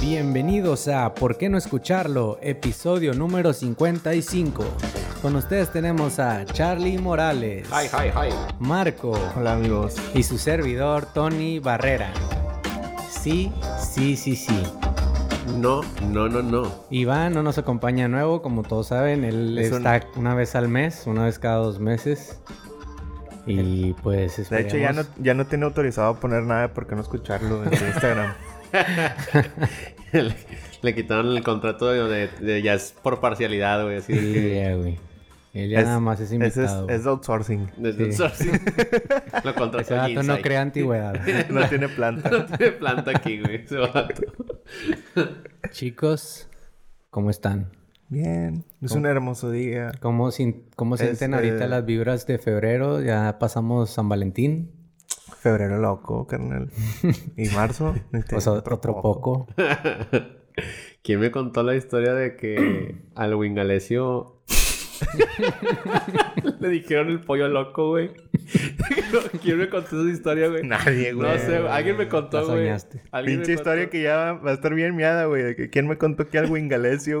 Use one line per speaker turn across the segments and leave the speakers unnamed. Bienvenidos a ¿Por qué no escucharlo? Episodio número 55. Con ustedes tenemos a Charlie Morales,
Hi, hi, hi.
Marco
Hola amigos.
y su servidor Tony Barrera. Sí, sí, sí, sí.
No, no, no, no.
Iván no nos acompaña de nuevo, como todos saben, él
Es un-
está una vez al mes, una vez cada dos meses. Y pues
De hecho ya no,
esperemos-
ya no tiene autorizado poner nada de por qué no escucharlo en su Instagram.
le, le quitaron el contrato de, de- de- ya es por parcialidad, güey. Así de
Sí,
que-
ya, güey. Él ya
Es-
nada más es
Ese es,
invitado.
es de outsourcing.
desde el
Sí.
sourcing. Lo contrató
Ese dato no
Ginsai.
crea antigüedad.
No tiene planta.
No tiene planta aquí, güey. ese vato.
Chicos, ¿cómo están?
Bien. Es un hermoso día.
¿Cómo, sin- cómo sienten
Este-
ahorita las vibras de febrero? Ya pasamos San Valentín.
Febrero loco, carnal. Y marzo. este,
O sea, otro, poco.
¿Quién me contó la historia de que al Wingalesio le dijeron el pollo loco, güey? ¿Quién me contó esa historia, güey?
Nadie, güey.
No sé, alguien me contó,
La
güey.
soñaste.
Alguien me
Pinche historia
contó.
que ya va, va a estar bien miada, güey. de que ¿Quién me contó que al Wingalesio,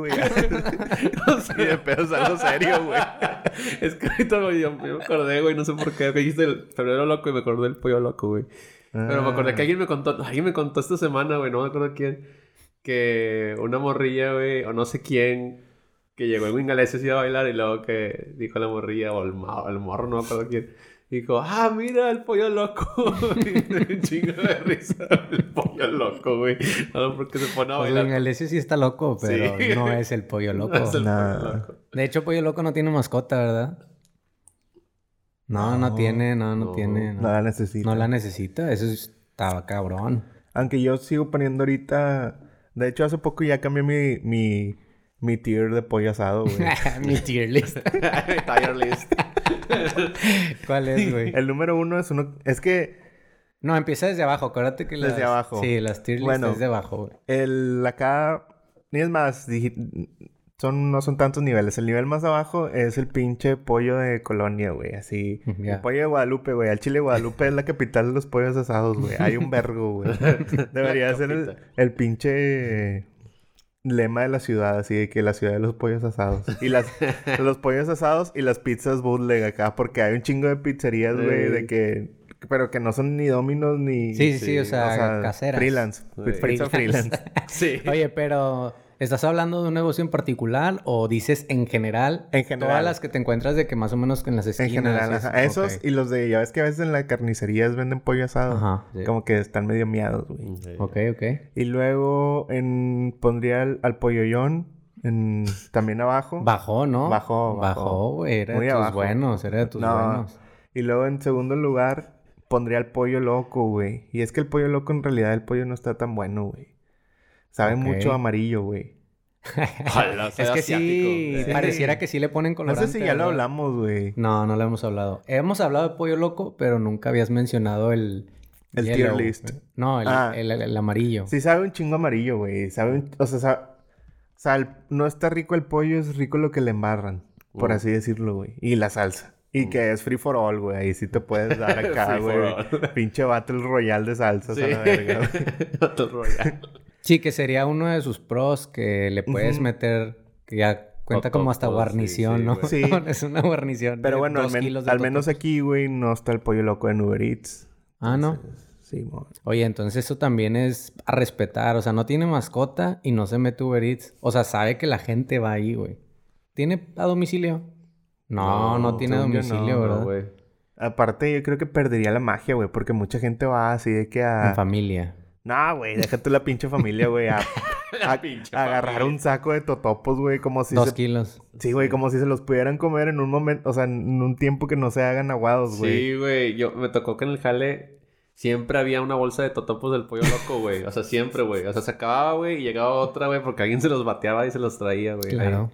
güey?
No sé.
Y de pedos algo serio,
Ah.
güey.
Es que ahorita güey, yo yo me acordé, güey, no sé por qué. que Dijiste el febrero loco y me acordé del pollo loco, güey. Pero me acordé que alguien me contó, alguien me contó esta semana, güey, no me acuerdo quién, que una morrilla, güey, o no sé quién, que llegó en Wingales y se iba a bailar y luego que dijo la morrilla o el, ma- el morro, no me acuerdo quién. Dijo, ah, mira, el pollo loco. Y un chingo de risa. El pollo loco, güey. No sé por qué se pone a
Pues,
bailar.
el Alessio sí está loco, pero
Sí.
no es el pollo
No
loco.
es el pollo
No.
loco.
De hecho, pollo loco no tiene mascota, ¿verdad? No, no,
No.
tiene, no, no,
No.
tiene. No,
No la necesito.
No la necesita. Eso estaba cabrón.
Aunque yo sigo poniendo ahorita. De hecho, hace poco ya cambié mi, mi, mi tier de pollo asado, güey.
Mi tier list.
Tier list.
¿Cuál es, güey?
El número uno es uno. Es que
No, empieza desde abajo. Acuérdate que las...
Desde abajo.
Sí, las tier list
Bueno.
es de abajo, güey.
el acá. Ni es más, digi- son, no son tantos niveles. El nivel más abajo es el pinche pollo de Colonia, güey. Así.
Mm, Ya.
El pollo de Guadalupe, güey. Al Chile Guadalupe es la capital de los pollos asados, güey. Hay un vergo, güey. Debería
La
ser el,
capital.
el pinche lema de la ciudad, así de que la ciudad de los pollos asados. Y las, los pollos asados y las pizzas bootleg acá, porque hay un chingo de pizzerías, güey,
Sí.
de que. Pero que no son ni dominos ni.
Sí, sí, sí, o
sí,
sea, caseras.
Freelance.
Sí.
Pizza freelance.
Sí.
Oye, pero ¿estás hablando de un negocio en particular o dices en general?
En general.
Todas las que te encuentras de que más o menos en las
En
esquinas.
general,
es-
ajá.
ok.
Esos y los de, ya ves que a veces en las carnicerías venden pollo asado.
Ajá, sí. Mm.
Como que están medio miados, güey.
Ok, ok.
Y luego en, pondría al, al polloyón en, también abajo.
Bajó, ¿no?
Bajó, bajó.
Bajó, güey. Era
Muy
de tus
abajo.
buenos, era de tus
No.
buenos.
Y luego en segundo lugar pondría al pollo loco, güey. Y es que el pollo loco en realidad el pollo no está tan bueno, güey. Sabe
Ok.
mucho amarillo, güey.
Ojalá sea
Es que sí,
asiático.
pareciera que sí le ponen
No
colorante.
sé si ya lo
¿verdad?
hablamos, güey.
No, no lo hemos hablado. Hemos hablado de pollo loco, pero nunca habías mencionado el...
El tier
yellow. ¿eh?
list.
No, el,
Ah.
el- el- el amarillo.
Sí sabe un chingo amarillo, güey. Sabe un... O sea, sa- o sea, el- no está rico el pollo, es rico lo que le embarran. Por
Mm.
así decirlo, güey. Y la salsa.
Mm.
Y que es free for all, güey. Ahí sí te puedes dar acá,
Free for
güey.
all.
Pinche battle royal de salsas a la verga, güey.
Sí. Battle Royale.
Sí, que sería uno de sus pros que le puedes
Ujú.
meter, que ya cuenta como hasta
Totopos, sí,
guarnición,
sí,
¿no?
güey.
Sí.
es una guarnición.
Pero
de
bueno, al,
dos
men-
kilos de
al menos
totopos.
aquí, güey, no está el pollo loco en Uber Eats.
Ah, no.
Sí, mo-
Oye, entonces eso también es a respetar. O sea, no tiene mascota y no se mete Uber Eats. O sea, sabe que la gente va ahí, güey. ¿Tiene a domicilio? No, no,
No,
tiene
según yo
domicilio,
no,
¿verdad?
No, güey.
Aparte, yo creo que perdería la magia, güey, porque mucha gente va así de que
En
a.
familia.
No, güey, déjate la pinche familia, güey, a, a-
pinche
a agarrar un saco de totopos, güey, como si
Dos
se.
kilos.
Sí, güey, como si se los pudieran comer en un momento, o sea, en un tiempo que no se hagan aguados, güey.
Sí, güey. Yo me tocó que en el jale siempre había una bolsa de totopos del pollo loco, güey. O sea, siempre, güey. O sea, se acababa, güey, y llegaba otra, güey, porque alguien se los bateaba y se los traía, güey.
Claro.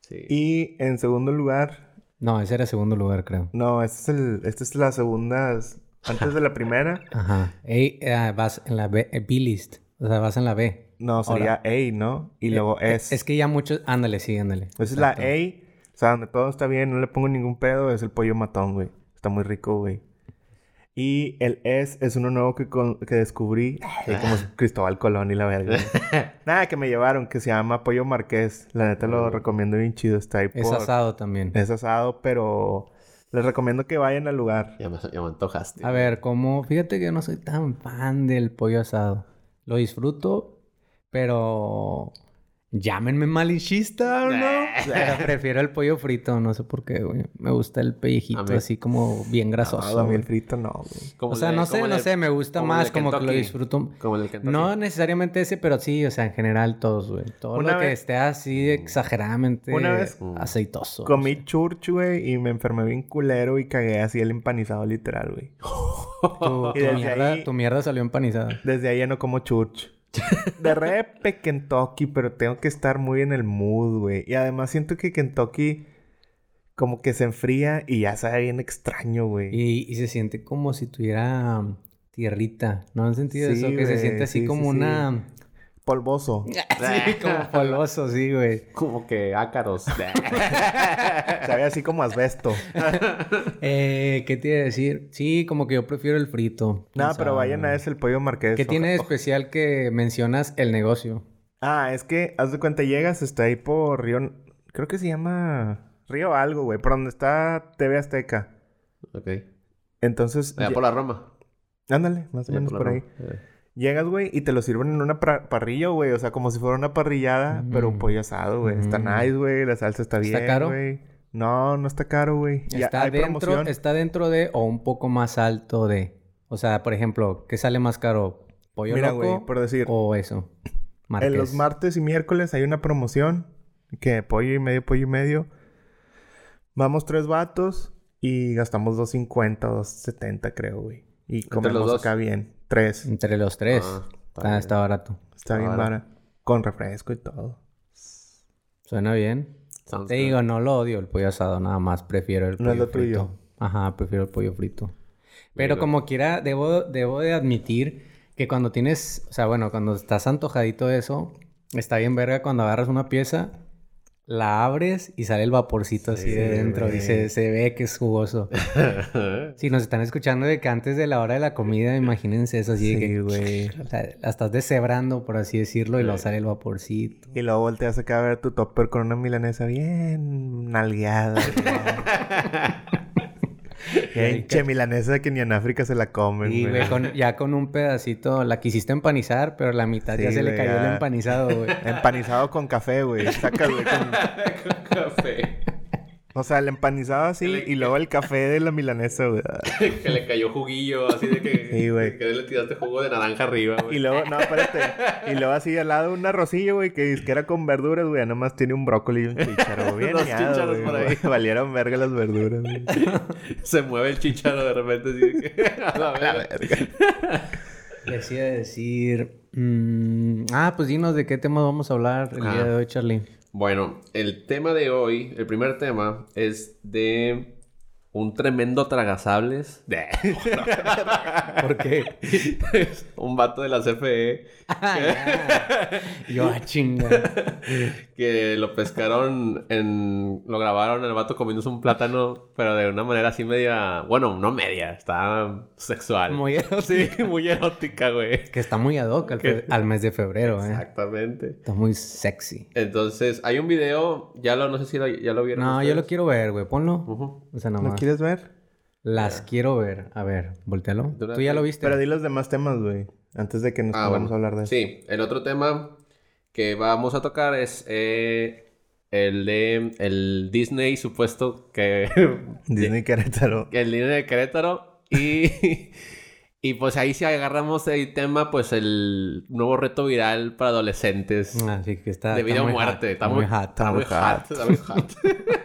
Sí.
Y en segundo lugar,
No, ese era segundo lugar, creo.
no, este es el, esta es la segunda, antes de la primera,
Ajá. Ey, eh, vas en la B, eh, B-list. O sea, vas en la B.
no, sería A, ¿no? Y luego S.
Eh, Es que ya muchos. Ándale, sí, ándale.
Esa es la A. O sea, donde todo está bien, no le pongo ningún pedo, es el pollo matón, güey. Está muy rico, güey. Y el S es uno nuevo que, con- que descubrí, ahí como es Cristóbal Colón y la verga. Nada, que me llevaron, que se llama Pollo Marqués. La neta lo recomiendo bien chido, está ahí
Es
E por-
asado también.
Es asado, pero les recomiendo que vayan al lugar.
Ya me, ya me antojaste.
A ver, como... Fíjate que yo no soy tan fan del pollo asado. Lo disfruto, pero... Llámenme malinchista o no.
Eh.
Pero prefiero el pollo frito, no sé por qué, güey. Me gusta el pellejito
A mí-
así como bien
Ah,
grasoso.
lo
güey.
mil frito, no, güey.
Como
o sea,
el de-
no sé,
como el
no
de-
sé, me gusta
como el de
más como que lo
Kentucky.
disfruto.
Como el del Kentucky.
No necesariamente ese, pero sí, o sea, en general todos, güey. Todo
Una
lo que
vez- Mm.
esté así exageradamente
Una vez-
aceitoso.
Comí church, güey, y me enfermé bien culero y cagué así el empanizado literal, güey.
Tu, tu
Y desde
mierda,
ahí-
tu mierda salió empanizada.
Desde ahí ya no como church. De repe Kentucky, pero tengo que estar muy en el mood, güey. Y además siento que Kentucky como que se enfría y ya sabe bien extraño, güey.
Y, y se siente como si tuviera um, tierrita. ¿No han sentido
Sí,
eso? Que
güey,
se siente así
sí,
como
sí, sí.
una...
Polvoso.
Sí, como poloso, sí, güey.
Ah, Como que ácaros.
Sabe así como asbesto.
Eh, ¿Qué te iba a decir? Sí, como que yo prefiero el frito.
Nada,
O sea,
pero vayan a ese el pollo marqués.
¿Qué
Oja-
tiene de especial que mencionas el negocio?
Ah, es que, haz de cuenta, llegas, está ahí por Río... Creo que se llama... Río algo, güey. Por donde está TV Azteca.
ok.
Entonces...
Allá
lle-
por la Roma.
Ándale, más o
Allá
menos
la
por ahí.
Roma. Eh.
Llegas, güey, y te lo sirven en una pra- parrilla, güey. O sea, como si fuera una parrillada, pero un
Mm.
pollo asado, güey. Está
Mm.
nice, güey. La salsa está bien,
¿Está
güey.
caro?
No, no está caro, güey. Y
Está
hay
dentro,
promoción.
está dentro de o un poco más alto de. O sea, por ejemplo, ¿qué sale más caro? ¿Pollo
Mira,
loco
güey, por decir,
o eso? Marqués.
en los martes y miércoles hay una promoción que pollo y medio, pollo y medio. Vamos tres vatos y gastamos 2.50 o 2.70, creo, güey. Y
los
comemos
dos.
acá bien. Tres.
Entre los tres.
Ah, está
está,
bien.
está barato.
Está bien
Ahora.
vara. Con refresco y todo.
Suena bien.
Sounds
Te
good.
digo, no lo odio el pollo asado, nada más prefiero el pollo
No es lo
frito.
tuyo.
Ajá, prefiero el pollo frito. Pero
Mira.
como quiera, debo, debo de admitir que cuando tienes, o sea, bueno, cuando estás antojadito de eso, está bien verga cuando agarras una pieza, la abres y sale el vaporcito así de dentro y se, se ve que es jugoso. si nos están escuchando de que antes de la hora de la comida, imagínense eso así de
Sí,
que
güey.
la, la estás deshebrando, por así decirlo, y luego sale el vaporcito.
Y luego volteas acá a ver tu topper con una milanesa bien nalgueada.
Bien
Che, milanesa que ni en África se la comen,
Y,
güey.
güey, con- ya con un pedacito la quisiste empanizar, pero la mitad ya
Sí,
se le
güey,
cayó el
ya.
empanizado, güey.
Empanizado con café, güey. Sacas, güey. con-
Con café.
O sea, el empanizado así y luego el café de la milanesa, güey.
que le cayó juguillo, así de que,
Sí, güey.
que le tiraste jugo de naranja arriba,
Y
güey.
luego, no, espérate. Y luego así al lado un arrocillo, güey, que es que era con verduras, güey. Nada más tiene un brócoli y un chícharo. Bien
Dos
ñado,
chícharos
güey,
por ahí.
güey. Valieron verga las verduras, güey.
Se mueve el chicharo de repente, así de que. A la verga.
Les iba a decir... mm, ah, pues dinos de qué tema vamos a hablar el
Ah.
día de hoy, Charlie.
Bueno, el tema de hoy, el primer tema, es de un tremendo tragasables.
¿Por qué?
un vato de la E CFE
Yo a chinga.
que lo pescaron en... Lo grabaron el vato comiéndose un plátano, pero de una manera así media... Bueno, no media, está sexual.
Muy
Sí, muy erótica, güey.
Que está muy ad hoc al, fe- al mes de febrero, ¿eh?
Exactamente.
Está muy sexy.
Entonces, hay un video, ya lo, no sé si lo- ya lo vieron.
No, yo lo
ustedes.
quiero ver, güey. Ponlo.
Ujú.
O sea,
¿No
nomás.
quieres ver?
Las quiero ver. A ver, voltealo. Tú
Durante-
ya lo viste.
Pero di los demás temas, güey. Antes de que nos
Ah,
pongamos
bueno.
a hablar de eso.
Sí, el otro tema que vamos a tocar es eh, el de el Disney supuesto que
Disney Querétaro.
el Disney de Querétaro y y pues ahí si agarramos el tema pues el nuevo reto viral para adolescentes
Así Ah, que está...
de
está
video
muy
muerte,
hot,
está muy
hot.
está muy
muy hot.
hot, está muy hot.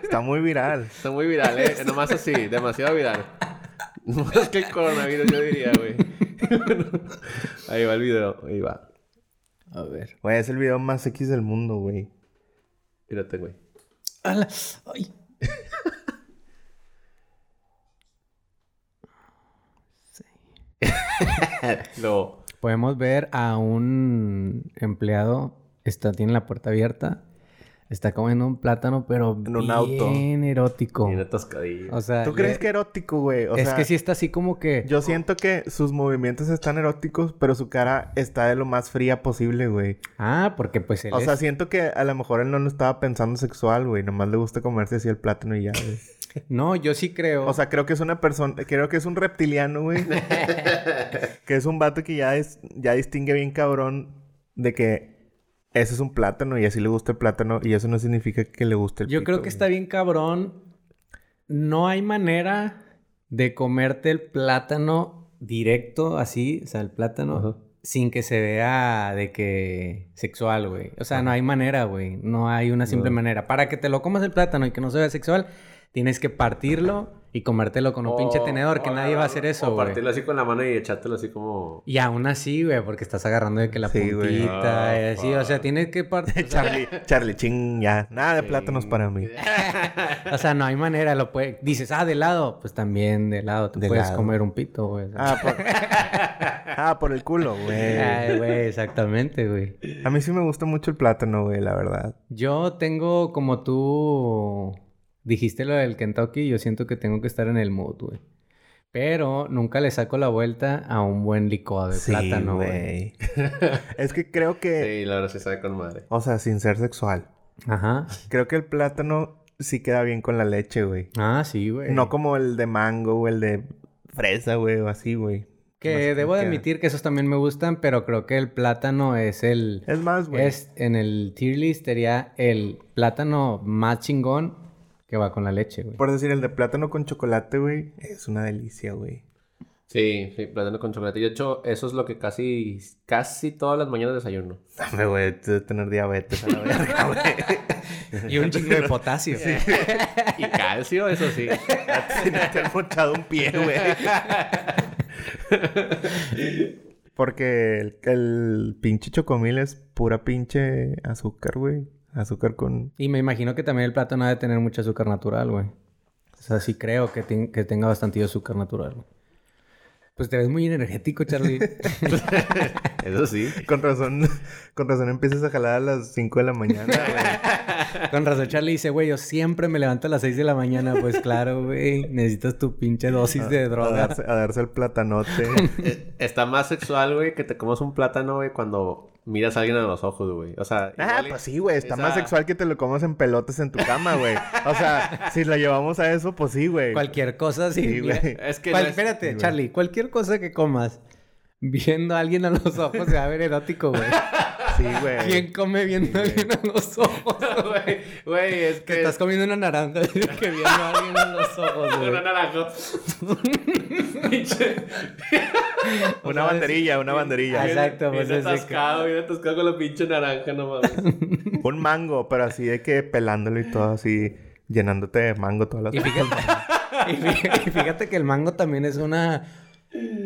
Está muy viral.
Está muy viral, eh, nomás así, demasiado viral. Más que el coronavirus yo diría, güey. ahí va el video, ahí va.
A ver.
Güey, es el video más X del mundo, güey.
Mírate, güey.
Ala, Ay.
Luego
Podemos ver a un empleado, está, tiene la puerta abierta, está comiendo un plátano, pero
En
bien
un auto.
erótico.
Bien atascadillo.
O sea,
¿Tú
le-
crees que erótico, güey? O
es
sea,
que sí está así como que
Yo siento que sus movimientos están eróticos, pero su cara está de lo más fría posible, güey.
ah, porque pues él
O sea,
es-
siento que a lo mejor él no lo estaba pensando sexual, güey. Nomás le gusta comerse así el plátano y ya, güey.
no, yo sí creo.
O sea, creo que es una persona... Creo que es un reptiliano, güey. que es un vato que ya, es, ya distingue bien cabrón de que... Ese es un plátano y así le gusta el plátano. Y eso no significa que le guste el
yo creo
pito,
que
güey.
está bien cabrón. No hay manera de comerte el plátano directo así, o sea, el plátano
Ajá.
sin que se vea de que sexual, güey. O sea, no hay manera, güey. No hay una simple
No.
manera. Para que te lo comas el plátano y que no se vea sexual, tienes que partirlo y comértelo con un pinche tenedor, que
o-
nadie va a hacer eso,
Oh, O
güey.
partirlo así con la mano y echártelo así como...
Y aún así, güey, porque estás agarrando de que la
Sí, güey.
puntita
Ah,
y así, o sea,
fuck.
tienes que partir.
Charlie, Charlie, ching, ya. Nada de plátanos para mí.
O sea, no hay manera, lo puedes... Dices, ah, de lado. Pues también de lado. Tú
De
puedes
lado.
comer un pito, güey.
Ah, por, ah, por el culo, güey.
Ay, güey, exactamente, güey.
A mí sí me gusta mucho el plátano, güey, la verdad.
Yo tengo, como tú dijiste lo del Kentucky, yo siento que tengo que estar en el mood, güey. Pero nunca le saco la vuelta a un buen licuado de plátano, güey.
es que creo que,
Sí, la verdad sí sabe con madre.
o sea, sin ser sexual,
Ajá.
creo que el plátano sí queda bien con la leche, güey.
Ah, sí, güey.
No como el de mango o el de fresa, güey, o así, güey. No
que
sé,
debo de
queda.
admitir que esos también me gustan, pero creo que el plátano es el...
Es más, güey.
Es, en el tier list sería el plátano más chingón que va con la leche, güey.
Por decir, el de plátano con chocolate, güey, es una delicia, güey.
Sí, sí, plátano con chocolate. Y de hecho, eso es lo que casi, casi todas las mañanas desayuno.
Dame, güey, tú debes tener diabetes a la verga, güey.
Y un chingo de potasio.
Y calcio, eso sí.
Sin te han mochado un pie, güey. Porque el, el pinche chocomil es pura pinche azúcar, güey. Azúcar con...
Y me imagino que también el plátano ha de tener mucho azúcar natural, güey. O sea, sí creo que, ten- que tenga bastante azúcar natural, güey. Pues te ves muy energético, Charlie.
Eso sí.
Con razón, con razón empiezas a jalar a las 5 de la mañana, güey.
Con razón, Charlie dice, güey, yo siempre me levanto a las 6 de la mañana. Pues claro, güey. Necesitas tu pinche dosis de
A
drogas.
darse, a darse el platanote.
Eh, Está más sexual, güey, que te comas un plátano, güey, cuando miras a alguien a los ojos, güey. O sea,
Ah,
igual y-
pues sí, güey. Está más
esa-
sexual que te lo comas en pelotas en tu cama, güey. O sea, si la llevamos a eso, pues sí, güey.
Cualquier cosa, sí.
Sí, güey.
mira.
Es que
Cual-
no es-
Espérate, Charlie. Cualquier cosa que comas viendo a alguien a los ojos se va a ver erótico, güey.
Sí, güey.
¿Quién come viendo a alguien a los ojos?
Güey, güey, es que...
Que estás comiendo una naranja y que viendo a alguien a los ojos, güey.
Una naranja. Pinche-
Una
O sea,
banderilla, una banderilla.
Exacto,
bien
pues es de que-
atascado, bien atascado con la pinche naranja, no mames.
Un mango, pero así de que pelándolo y todo así, llenándote de mango todas
Y
las
fíjate, y fí- y fíjate que el mango también es una,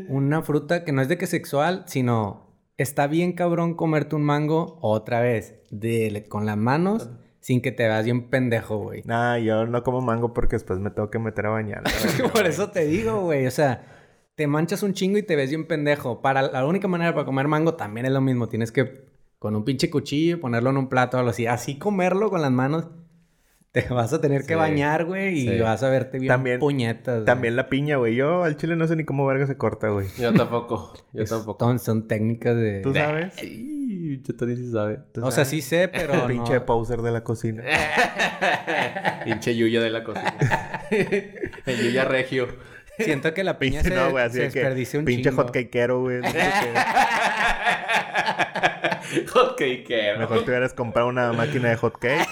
una fruta que no es de que sexual, sino está bien cabrón comerte un mango otra vez de, con las manos sin que te veas bien pendejo, güey.
Nah, yo no como mango porque después me tengo que meter a bañar. la verdad.
Por eso te digo, güey. O sea, te manchas un chingo y te ves bien pendejo. Para la única manera para comer mango también es lo mismo. Tienes que con un pinche cuchillo ponerlo en un plato o algo así. Así comerlo con las manos. Te vas a tener
Sí.
que bañar, güey, y
Sí.
vas a verte bien
También-
puñetas. güey.
También la piña, güey. Yo al chile no sé ni cómo verga se corta, güey.
Yo tampoco, yo tampoco.
Son, son técnicas de...
¿Tú sabes?
Sí, Tony sí sabe.
¿Tú
o sea,
sabes?
sí sé, pero no.
Pinche poser de la cocina.
Pinche Yuya de la cocina. El Yuya Regio.
Siento que la piña
Pinche,
se,
no, güey. Así
se
de que.
desperdicia un
pinche
chingo.
hotcakeero, güey. no sé qué.
ok, qué
Mejor te hubieras comprado una máquina de hotcake.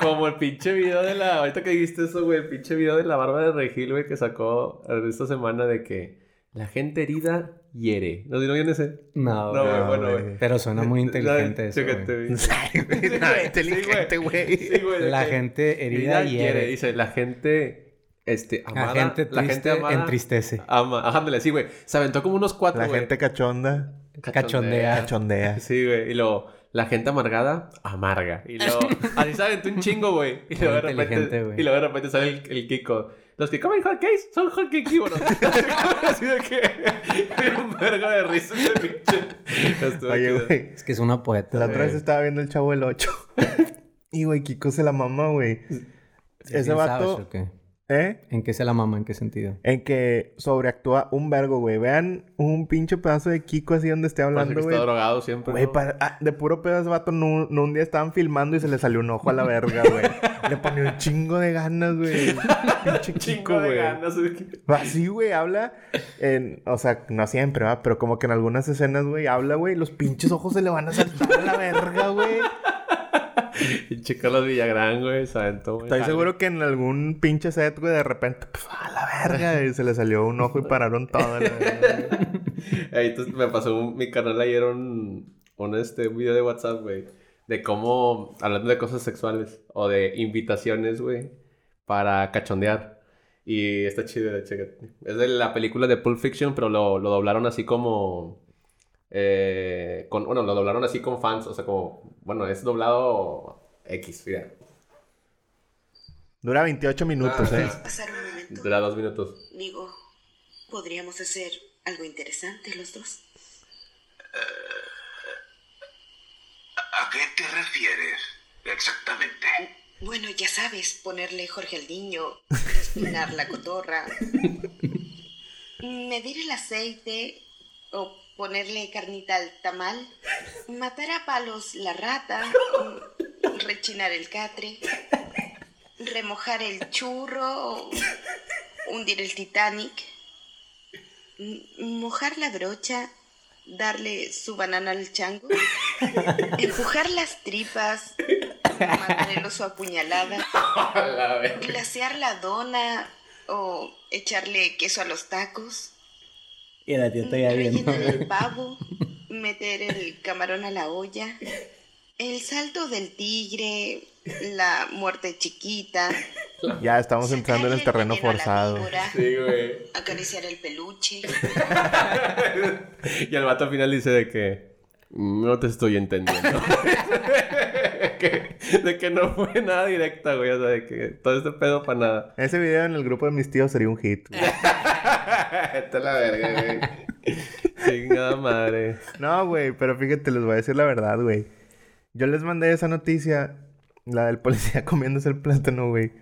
Como el pinche video de la. Ahorita que dijiste eso, güey. El pinche video de la barba de Regil, güey, que sacó esta semana de que la gente herida hiere. ¿No vieron ese?
No,
No,
güey.
güey, bueno,
güey.
güey.
Pero suena muy inteligente eso, güey.
Chécate, güey.
güey, nada inteligente, güey.
Sí, güey, de
La
que-
gente herida hiere.
Dice, la gente. Este,
La
amada,
gente triste
la gente amada,
entristece.
Ama, ándale, sí, güey. Se aventó como unos cuatro,
La
güey.
gente cachonda.
Cachondea.
Cachondea.
Sí, güey. Y luego, la gente amargada, amarga. Y luego, así se aventó un chingo, güey. Y luego de repente,
inteligente, güey.
y luego de repente sale el, el Kiko. Los que comen hotcakes son hotcakes íboros. así de que... un vergo de risa ese pinche. Estuvo
Oye,
chido.
güey.
Es que es una poeta.
La
güey.
otra vez estaba viendo el chavo el 8. Y, güey, Kiko se la mama, güey. Ese vato,
¿Sabes o qué?
¿eh?
¿En qué se la mama? ¿En qué sentido?
En que sobreactúa un vergo, güey. Vean un pinche pedazo de Kiko así donde esté
Parece que
hablando,
está
güey.
drogado siempre.
Güey,
¿no?
para- ah, de puro pedo ese vato, no, no un día estaban filmando y se le salió un ojo a la verga, güey. le ponía un chingo de ganas, güey. Pinche
Chingo
Kiko,
de
güey.
ganas. güey.
Así, güey, habla en... O sea, no siempre, ¿va? Pero como que en algunas escenas, güey, habla, güey. Los pinches ojos se le van a saltar a la verga, güey.
Y Carlos Villagrán, güey, se aventó, güey. Ah,
Estoy seguro que en algún pinche set, güey, de repente... pf, a la verga, güey. Se le salió un ojo y pararon todo. la verga, güey.
Ahí entonces me pasó un- mi canal ayer un, un, este, un video de WhatsApp, güey. De cómo, hablando de cosas sexuales o de invitaciones, güey, para cachondear. Y está chido, chécate. Es de la película de Pulp Fiction, pero lo, lo doblaron así como... eh, con, bueno, lo doblaron así con fans, o sea, como... Bueno, es doblado X, mira.
Dura 28
Ah,
minutos, ¿eh?
Pasar un momento.
Dura dos minutos.
Digo, podríamos hacer algo interesante los dos.
¿A qué te refieres exactamente?
Bueno, ya sabes, ponerle Jorge al niño, espinar la cotorra, medir el aceite o ponerle carnita al tamal, matar a palos la rata, rechinar el catre, remojar el churro, o hundir el Titanic, m- mojar la brocha, darle su banana al chango, empujar las tripas, matar el oso a puñalada.
A la vez.
Glasear la dona o echarle queso a los tacos.
Y la tía ya
Rellenar el pavo, meter el camarón a la olla. El salto del tigre, la muerte chiquita.
Ya estamos entrando en el terreno
sacarle veneno a la
forzado.
víbora,
Sí, güey.
acariciar el peluche.
Y el vato al final dice de que no te estoy entendiendo. de, que, de que no fue nada directa, güey. O sea, de que todo este pedo para nada.
Ese video en el grupo de mis tíos sería un hit. güey.
Esta es la verga, güey. Chingada madre.
No, güey, pero fíjate, les voy a decir la verdad, güey. Yo les mandé esa noticia, la del policía comiéndose el plátano, güey.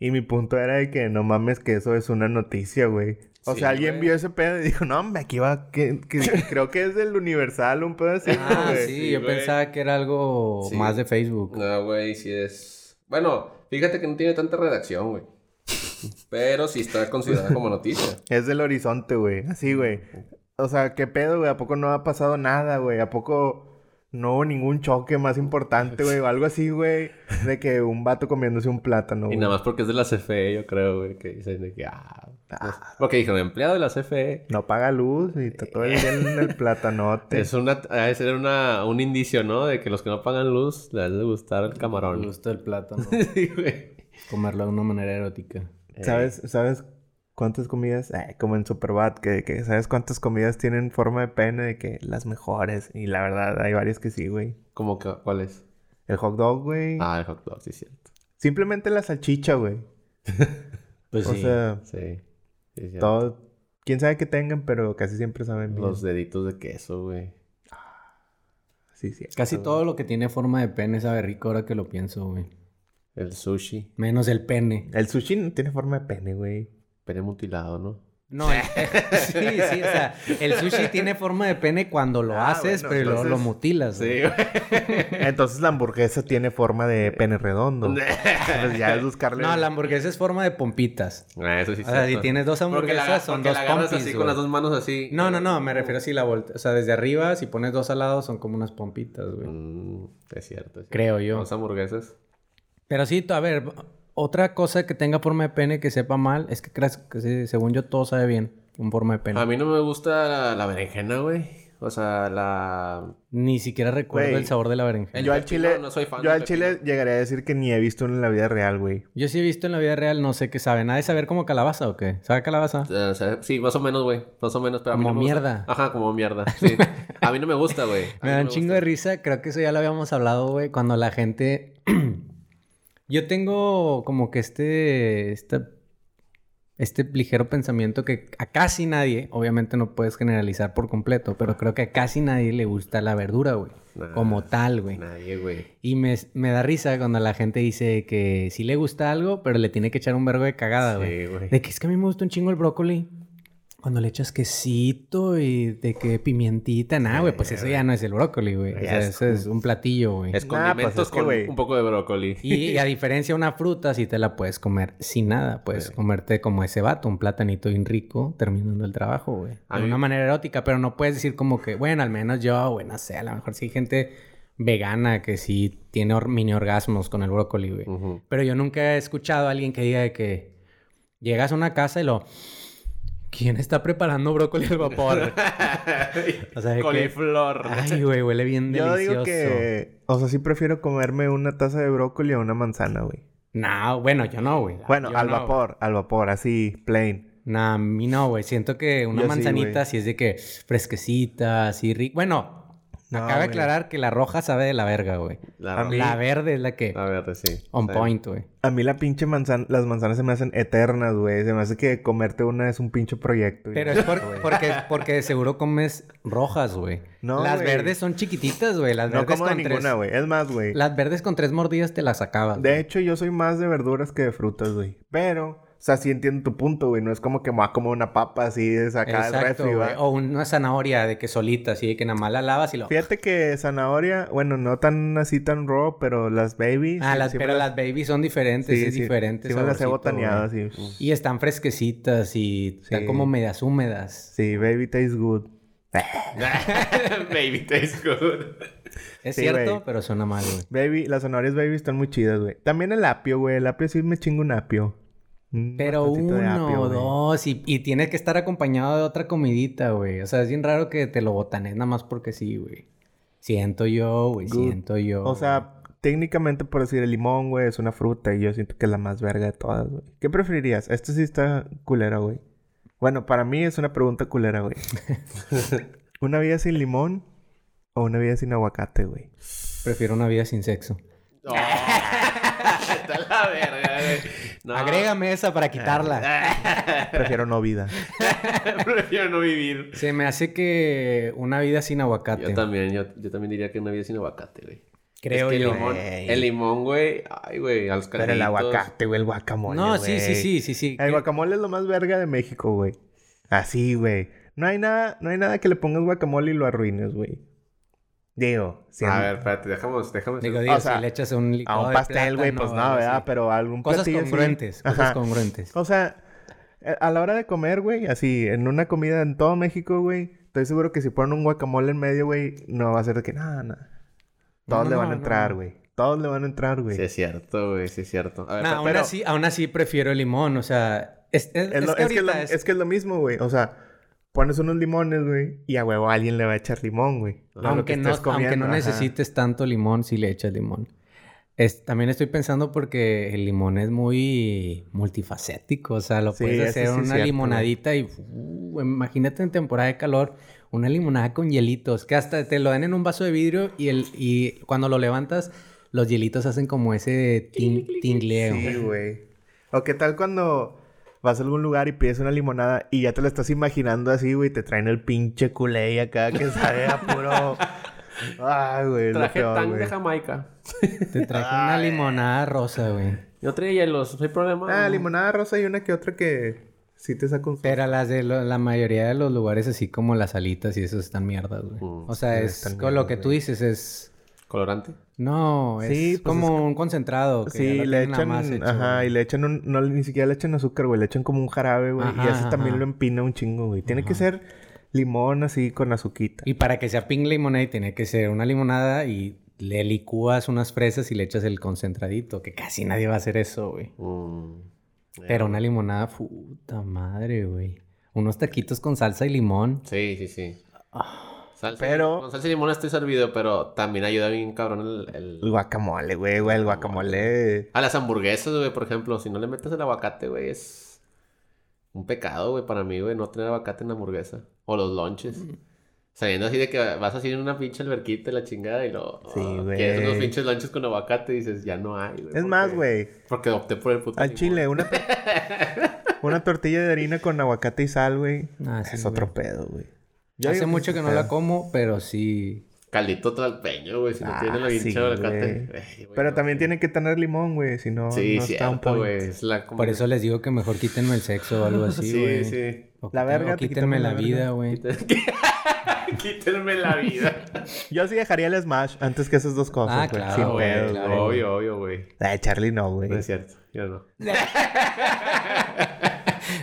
Y mi punto era de que no mames que eso es una noticia, güey. O
Sí,
sea, alguien
güey.
vio ese pedo y dijo, no, hombre, aquí va, que, que- creo que es del Universal, un pedo así,
Ah,
güey.
sí,
Sí,
yo
güey.
pensaba que era algo
Sí.
más de Facebook.
No, güey, si es. Bueno, fíjate que no tiene tanta redacción, güey. Pero sí está considerada como noticia.
Es del horizonte, güey. Así, güey. O sea, ¿qué pedo, güey? ¿A poco no ha pasado nada, güey? ¿A poco no hubo ningún choque más importante, güey? O algo así, güey. De que un vato comiéndose un plátano,
Y
güey.
nada más porque es de la CFE, yo creo, güey, que dicen de que. Ah, no sé. Porque dijeron, empleado de la E". CFE.
No paga luz y está todo el día en el platanote.
Es una, ha de ser una, un indicio, ¿no? De que los que no pagan luz les ha de gustar el
Me
camarón.
gusta el plátano.
Sí, güey.
Comerlo de una manera erótica.
¿Sabes, ¿Sabes cuántas comidas? eh, como en Superbad, que, que ¿sabes cuántas comidas tienen forma de pene? De que las mejores. Y la verdad, hay varias que sí, güey.
Eh, ¿Cómo que cuál es?
El hot dog, güey.
Ah, el hot dog, sí, es cierto.
Simplemente la salchicha, güey.
Pues
o
sí.
sea,
Sí. sí es cierto.
todo... Quién sabe qué tengan, pero casi siempre saben bien.
Los deditos de queso, güey.
Sí, sí.
Casi todo lo que tiene forma de pene sabe rico ahora que lo pienso, güey.
El sushi.
Menos el pene.
El sushi no tiene forma de pene, güey.
Pene mutilado, ¿no?
No, el- sí, sí, o sea, el sushi tiene forma de pene cuando lo
Ah,
haces,
bueno,
pero luego
entonces-
lo mutilas. güey.
Entonces la hamburguesa tiene forma de pene redondo. Pues ya es buscarle.
No, la hamburguesa es forma de pompitas.
Ah, eso sí.
O
es
sea, si
cierto.
tienes dos
Porque la-
hamburguesas, son
porque
dos
la agarras
pompis,
así
güey.
con las dos manos así.
No, no, no, me refiero si la volteas. O sea, desde arriba, si pones dos al lado, son como unas pompitas, güey.
Mm, es cierto. es cierto.
Creo yo.
Dos hamburguesas.
Pero sí, a ver, otra cosa que tenga forma de pene que sepa mal es que creas que sí, según yo todo sabe bien con forma de pene.
A mí no me gusta la, la berenjena, güey. O sea, la...
Ni siquiera recuerdo
Güey.
el sabor de la berenjena.
El
yo al
pepino,
chile.
no soy fan
yo
del
al chile llegaría a decir que ni he visto uno en la vida real, güey.
Yo sí he visto en la vida real, no sé qué sabe. ¿Nada de saber como calabaza o qué? ¿Sabe a calabaza?
eh, O sea, sí, más o menos, güey. Más o menos, pero a mí
Como
no me gusta.
mierda.
Ajá, como mierda. Sí. A mí no me gusta, güey. A
Me
mí
da
no
un chingo
gusta.
de risa, creo que eso ya lo habíamos hablado, güey, cuando la gente... Yo tengo como que este... Esta este ligero pensamiento que a casi nadie, obviamente no puedes generalizar por completo, pero creo que a casi nadie le gusta la verdura, güey.
Nah.
como tal, güey.
Nadie, güey.
Y me, me da risa cuando la gente dice que sí le gusta algo, pero le tiene que echar un vergo de cagada, güey.
Sí, güey.
De que es que a mí me gusta un chingo el brócoli. Cuando le echas quesito y de que pimientita, nada, güey, pues eso ya no es el brócoli, güey. O
Ya
sea,
es
eso es un platillo, güey.
Es
Nah,
condimentos
pues es que,
con
güey.
un poco de brócoli.
Y, y a diferencia de una fruta, sí te la puedes comer sin nada. Puedes comerte como ese vato, un platanito bien rico, terminando el trabajo, güey.
A
De
mí-
una manera erótica, pero no puedes decir como que, bueno, al menos yo, güey, no sé, a lo mejor sí hay gente vegana que sí tiene or- mini orgasmos con el brócoli, güey.
Ujú.
Pero yo nunca he escuchado a alguien que diga de que llegas a una casa y lo... ¿Quién está preparando brócoli al vapor? O sea, de que-
Coliflor.
Ay, güey, huele bien
Yo
delicioso.
digo que. O sea, sí prefiero comerme una taza de brócoli a una manzana, güey.
No, bueno, yo no, güey.
Bueno,
Ah, Yo
al
no, güey.
vapor, al vapor, así, plain.
Nah, a mí no, güey. Siento que una
Yo sí,
manzanita
güey.
sí, es de que fresquecita, así rica. Bueno,
No,
acaba de
güey.
aclarar que la roja sabe de la verga, güey.
La,
A mí-
La verde es la que
Ah,
la verde, sí.
on
Sí.
point, güey.
A mí la pinche manzana, las manzanas se me hacen eternas, güey. Se me hace que comerte una es un pinche proyecto. y
Pero
no,
es por-
güey.
porque, porque de seguro comes rojas, güey.
No,
las
güey.
verdes son chiquititas, güey. Las
No
verdes
como de
con
ninguna,
tres.
güey. Es más, güey.
Las verdes con tres mordidas te las acabas.
De
güey.
hecho, yo soy más de verduras que de frutas, güey. Pero, o sea, sí entiendo tu punto, güey. No es como que me va a comer una papa así de sacar el
Exacto,
refri,
güey.
¿va?
O una zanahoria de que solita, así de que nada más la lavas y lo.
Fíjate que zanahoria, bueno, no tan así tan raw, pero las babies.
Ah,
sí-
las,
sí me
pero las babies son diferentes, es diferente.
Sí, me las he
saborcito, güey.
botaneado así.
Y están fresquecitas y están
Sí.
como medias húmedas.
Sí, baby tastes good.
Baby tastes good.
Es
Sí,
cierto,
güey.
pero suena mal, güey.
Baby, las zanahorias baby están muy chidas, güey. También el apio, güey. El apio sí me chingo un apio. Un
Pero
bastoncito de
uno,
apio, güey.
dos, y, y tiene que estar acompañado de otra comidita, güey. O sea, es bien raro que te lo botanes nada más porque sí, güey. Siento yo, güey,
Good.
siento yo.
O sea, técnicamente por decir el limón, güey, es una fruta y yo siento que es la más verga de todas, güey. ¿Qué preferirías? Esta sí está culera, güey. Bueno, para mí es una pregunta culera, güey. ¿Una vida sin limón o una vida sin aguacate, güey?
prefiero una vida sin sexo.
No. Está la verga, güey. No. Ah.
Agrégame esa para quitarla.
Prefiero no vida.
Prefiero no vivir.
Se me hace que una vida sin aguacate.
Yo también, yo, yo también diría que una vida sin aguacate, güey.
Creo
Es que el
yo.
limón,
Ey.
el limón, güey. Ay, güey, a los
Pero el
calditos.
aguacate, güey, el guacamole.
No, sí, sí,
güey.
sí, sí, sí.
El guacamole es lo más verga de México, güey. Así, güey. No hay nada, no hay nada que le pongas guacamole y lo arruines, güey. Digo, sí,
A ver, espérate, dejamos, dejamos.
Digo, digo,
o sea,
si le echas un
a
licuado
un
de
pastel, güey,
plátano
pues
o
no,
algo
¿verdad?
así.
Pero algún
Cosas
platillo así.
congruentes, cosas
Ajá.
congruentes.
O sea, eh, a la hora de comer, güey, así, en una comida en todo México, güey, estoy seguro que si ponen un guacamole en medio, güey, no va a ser de que nada, nada. Todos
no,
le van
no,
a entrar, güey. Todos le van a entrar, güey.
Sí, es cierto, güey, sí, es cierto. A ver,
Nah,
espérate.
aún,
pero-
así, aún así prefiero el limón, o sea... Es, es-
Es,
es
lo-
que
es que es lo,
ahorita es-
es que es lo mismo, güey. O sea, pones unos limones, güey, y a huevo alguien le va a echar limón, güey. a lo
aunque,
que
no,
estés
aunque
comiendo,
no
ajá.
necesites tanto limón, si le echas limón. Es, también estoy pensando porque el limón es muy multifacético, o sea, lo
Sí,
puedes
eso
hacer
sí es
una
cierto,
limonadita y... uh, imagínate en temporada de calor una limonada con hielitos, que hasta te lo dan en un vaso de vidrio y, el, y cuando lo levantas, los hielitos hacen como ese tin- tingleo.
Sí, güey. O qué tal cuando vas a algún lugar y pides una limonada y ya te la estás imaginando así, güey, te traen el pinche culé y acá que sabe a puro. Ay, güey, es lo
Traje
peor,
tan
güey.
de Jamaica.
Te traje una limonada rosa, güey.
Yo traía hielos, no hay problema.
Ah, limonada rosa y una que otra que sí te saca un
Pero las de lo- la mayoría de los lugares, así como las alitas y eso, están mierdas, güey.
Mm,
o sea,
sí,
es
están
con lo
mierdas,
que tú
güey.
dices es...
Colorante.
No, es
Sí, pues,
como
es
un concentrado. Que ya
Sí,
lo
le
tienen nada
echan,
más hecho,
ajá,
güey.
y le echan, un- no, ni siquiera le echan azúcar, güey, le echan como un jarabe, güey, y
Ajá,
eso
ajá.
también lo empina un chingo, güey. Tiene que ser limón así con azuquita.
Y para que sea pink lemonade tiene que ser una limonada y le licúas unas fresas y le echas el concentradito, que casi nadie va a hacer eso, güey.
Mm.
Pero una limonada, puta madre, güey. Unos taquitos con salsa y limón.
Sí, sí, sí. Salsa,
Pero-
Con salsa y limón estoy servido, pero también ayuda bien cabrón el... el-
El guacamole, güey, güey, el guacamole.
A las hamburguesas, güey, por ejemplo. Si no le metes el aguacate, güey, es... Mm. Un pecado, güey, para mí, güey, no tener aguacate en la hamburguesa. O los lunches. Sabiendo así de que vas así en una pinche alberquita y la chingada y lo... ah,
Sí, güey.
Quieres unos pinches lanchos con aguacate y dices, ya no hay, güey.
Es
porque-
más, güey.
Porque opté por el puto
Al
limón.
chile, una, tor- una tortilla de harina con aguacate y sal, güey.
Ah, sí,
es otro pedo, güey. Yo
Hace
digo
mucho
es
que no
pedo.
la como, pero sí.
Caldito tralpeño, güey. Si no
Ah,
tiene la
sí,
pinche aguacate.
güey.
Ey, güey,
Pero
no, güey.
también tiene que tener limón, güey. Si no,
Sí,
no
sí,
está un point.
güey. Es la como...
Por eso les digo que mejor quítenme el sexo o algo así,
Sí,
güey.
sí.
O
La
quítenme-
verga,
o
te
quítenme la
quitamos la
vida,
verga.
güey.
Quítenme la vida.
Yo sí dejaría el Smash antes que esas dos cosas.
Ah,
güey.
claro,
Sin
güey,
pedos,
claro. Pues
güey.
Obvio, obvio, güey.
La de Charlie no, güey.
No es cierto, yo no.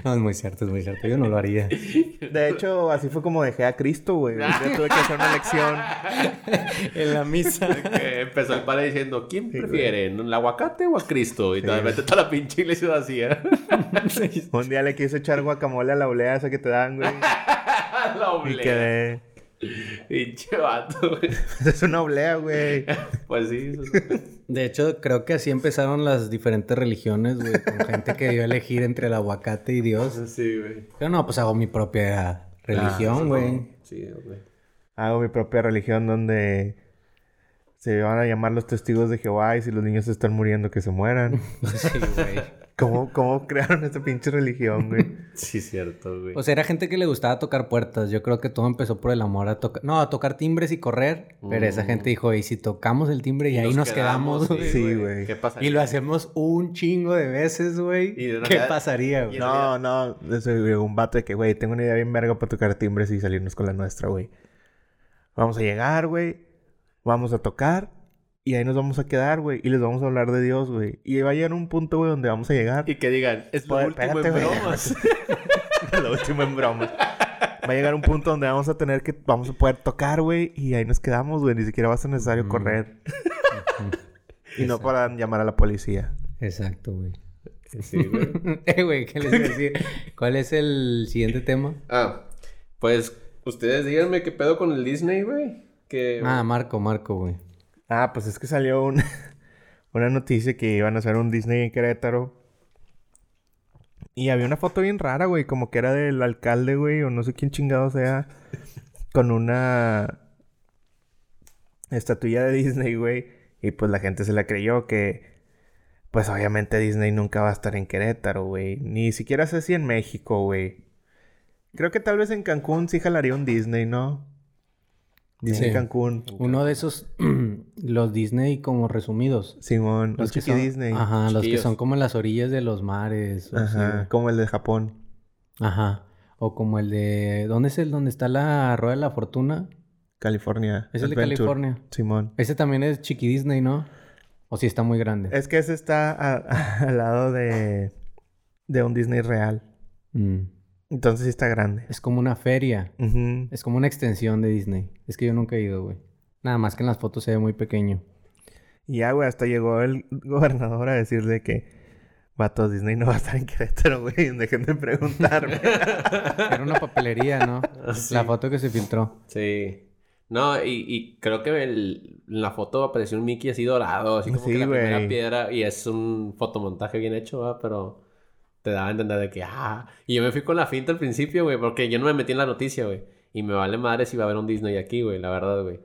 No, es muy cierto, es muy cierto. Yo no lo haría.
De hecho, así fue como dejé a Cristo, güey. Yo tuve que hacer una elección.
en la misa.
Que Eh, empezó el padre diciendo, ¿quién prefiere? ¿El aguacate o a Cristo? Y de repente toda la pinche iglesia ¿eh? vacía.
Un día le quise echar guacamole a la olea esa que te dan, güey.
la
Y
oblea.
quedé.
Pinche vato, güey.
Es una oblea, güey.
Pues sí. eso es-
De hecho, creo que así empezaron las diferentes religiones, güey. Con gente que dio a elegir entre el aguacate y Dios.
Sí, güey.
Yo no, pues hago mi propia
Ah,
religión, güey.
Sí, güey.
Hago mi propia religión donde se van a llamar los testigos de Jehová y si los niños se están muriendo, que se mueran.
Sí, güey.
¿Cómo, cómo crearon esta pinche religión, güey?
Sí, cierto, güey.
O
Pues,
sea, era gente que le gustaba tocar puertas. Yo creo que todo empezó por el amor a tocar... No, a tocar timbres y correr. Pero esa gente dijo, y si tocamos el timbre y ahí nos quedamos, güey.
Sí, güey.
¿Qué pasa?
Y lo hacemos un chingo de veces, güey.
Y de
¿Qué
verdad-
pasaría,
y
güey?
en
No, no, eso, güey, un vato de que, güey, tengo una idea bien verga para tocar timbres y salirnos con la nuestra, güey. Vamos a llegar, güey, vamos a tocar y ahí nos vamos a quedar, güey, y les vamos a hablar de Dios, güey. Y va a llegar un punto, güey, donde vamos a llegar.
Y que digan, es lo
Pues,
último
espérate,
en
güey.
bromas.
Lo último en broma. Va a llegar un punto donde vamos a tener que, vamos a poder tocar, güey, y ahí nos quedamos, güey, ni siquiera va a ser necesario correr. y no para llamar a la policía.
Exacto, güey.
Sí, güey.
eh, güey, ¿qué les iba a decir? ¿Cuál es el siguiente tema?
Ah, pues ustedes díganme qué pedo con el Disney, güey.
Eh,
Que
Ah, Marco, Marco, güey.
Ah, pues es que salió un- una noticia que iban a hacer un Disney en Querétaro. Y había una foto bien rara, güey, como que era del alcalde, güey, o no sé quién chingado sea, con una estatuilla de Disney, güey. Y pues la gente se la creyó que, pues obviamente Disney nunca va a estar en Querétaro, güey. Ni siquiera sé si en México, güey. Creo que tal vez en Cancún sí jalaría un Disney, ¿no? Disney
Sí.
Cancún.
Uno de esos, los Disney como resumidos.
Simón, los
Los que
Chiqui
son,
Disney. Ajá.
Ajá, los que
Chiquillos.
son como en las orillas de los mares. o así, güey.
Como el de Japón.
Ajá. O como el de... ¿Dónde es el donde está la Rueda de la Fortuna?
California.
Es el de
Adventure.
California.
Simón.
Ese también es Chiqui Disney, ¿no? O sí está muy grande.
Es que ese está a- al lado de, de un Disney real.
Mm.
Entonces sí está grande.
Es como una feria.
Ujú.
Es como una extensión de Disney. Es que yo nunca he ido, güey. Nada más que en las fotos se ve muy pequeño.
Y ya, güey, hasta llegó el gobernador a decirle que... Vato, Disney no va a estar en Querétaro, güey. Dejen de preguntarme.
Era una papelería, ¿no? La foto que se filtró.
Ah, Sí. No, y, y creo que el- en la foto apareció un Mickey así dorado, así como
Sí,
que la primera
güey.
piedra, y es un fotomontaje bien hecho, ¿verdad? pero te daba a entender de que, ah, y yo me fui con la finta al principio, güey, porque yo no me metí en la noticia, güey, y me vale madre si va a haber un Disney aquí, güey, la verdad, güey.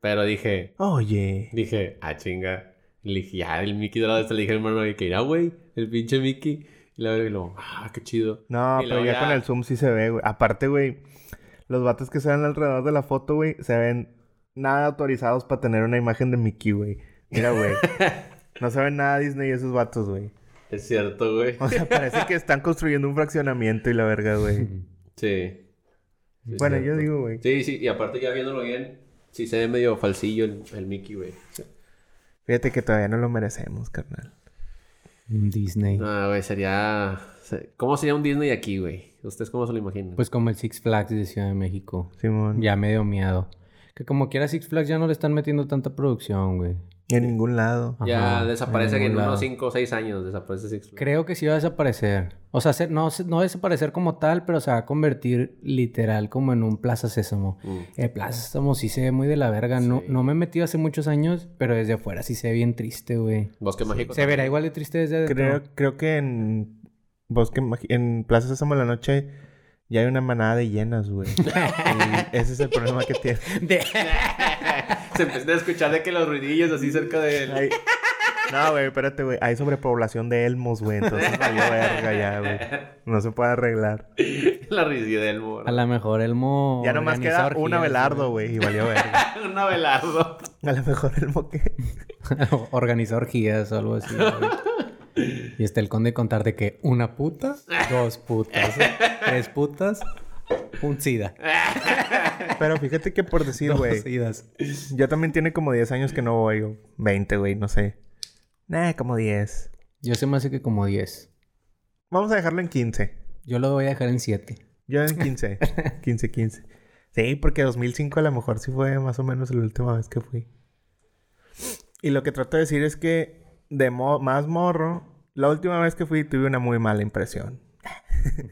Pero dije,
Oye.
dije, ah, chinga, le dije, ya, el Mickey dorado, este le dije al hermano, de que irá, güey, el pinche Mickey, y la y luego, ah, qué chido.
No,
Y
pero
luego
ya,
ya-
con el zoom sí se ve, güey. Aparte, güey, los vatos que salen alrededor de la foto, güey, se ven nada autorizados para tener una imagen de Mickey, güey. Mira, güey. no se ven nada Disney y esos vatos, güey.
Es cierto, güey.
Ah.
O sea, parece que están construyendo un fraccionamiento y la verga, güey.
Mm. Sí. Sí,
bueno,
cierto.
yo digo, güey.
Sí, sí, y aparte ya viéndolo bien, sí se ve medio falsillo el, el Mickey, güey.
Fíjate que todavía no lo merecemos, carnal.
Un Disney.
No, güey, sería... se- ¿Cómo sería un Disney aquí, güey? ¿Ustedes cómo se lo imaginan?
Pues como el Six Flags de Ciudad de México.
Simón.
Ya medio miado. Que como quiera Six Flags ya no le están metiendo tanta producción, güey.
En ningún lado.
ya
Ajá,
desaparece
en
en
ningún lado.
unos 5 o 6 años, desaparece Six Flags.
Creo que sí va a desaparecer. O sea, se- no, se- no desaparecer como tal, pero se va a convertir literal como en un Plaza Sésamo.
Mm.
El Plaza Sésamo sí se ve muy de la verga. No, no me he metido hace muchos años, pero desde afuera sí se ve bien triste, güey.
Bosque Mágico.
Se verá igual
Ah,
de triste desde adentro.
Creo, creo que en Bosque Magi- en Plaza Sésamo en la noche Ya hay una manada de hienas, güey. Y ese es el problema que tiene.
Se empiezan a escuchar de que los ruidillos así cerca de él.
Ay, No, güey, espérate, güey. Hay sobrepoblación de elmos, güey. Entonces valió verga ya, güey. No se puede arreglar.
La risilla del moro.
A lo mejor Elmo.
Ya nomás
organiza
queda
orgías,
un abelardo, güey. Y valió verga.
Un abelardo.
A lo mejor el moque.
güey. Organiza orgías o algo así. güey. Y está el conde contar de que una puta, dos putas, tres putas, un sida.
Pero fíjate que por decir,
dos
güey.
sidas.
Yo también tiene como 10 años que no voy. o 20, güey, no sé. Nah, como 10.
Yo se me hace que como 10.
Vamos a dejarlo en 15.
Yo lo voy a dejar en 7.
Yo en 15. 15, 15. Sí, porque 2005 a lo mejor sí fue más o menos la última vez que fui. Y lo que trato de decir es que de mo- más morro, la última vez que fui tuve una muy mala impresión.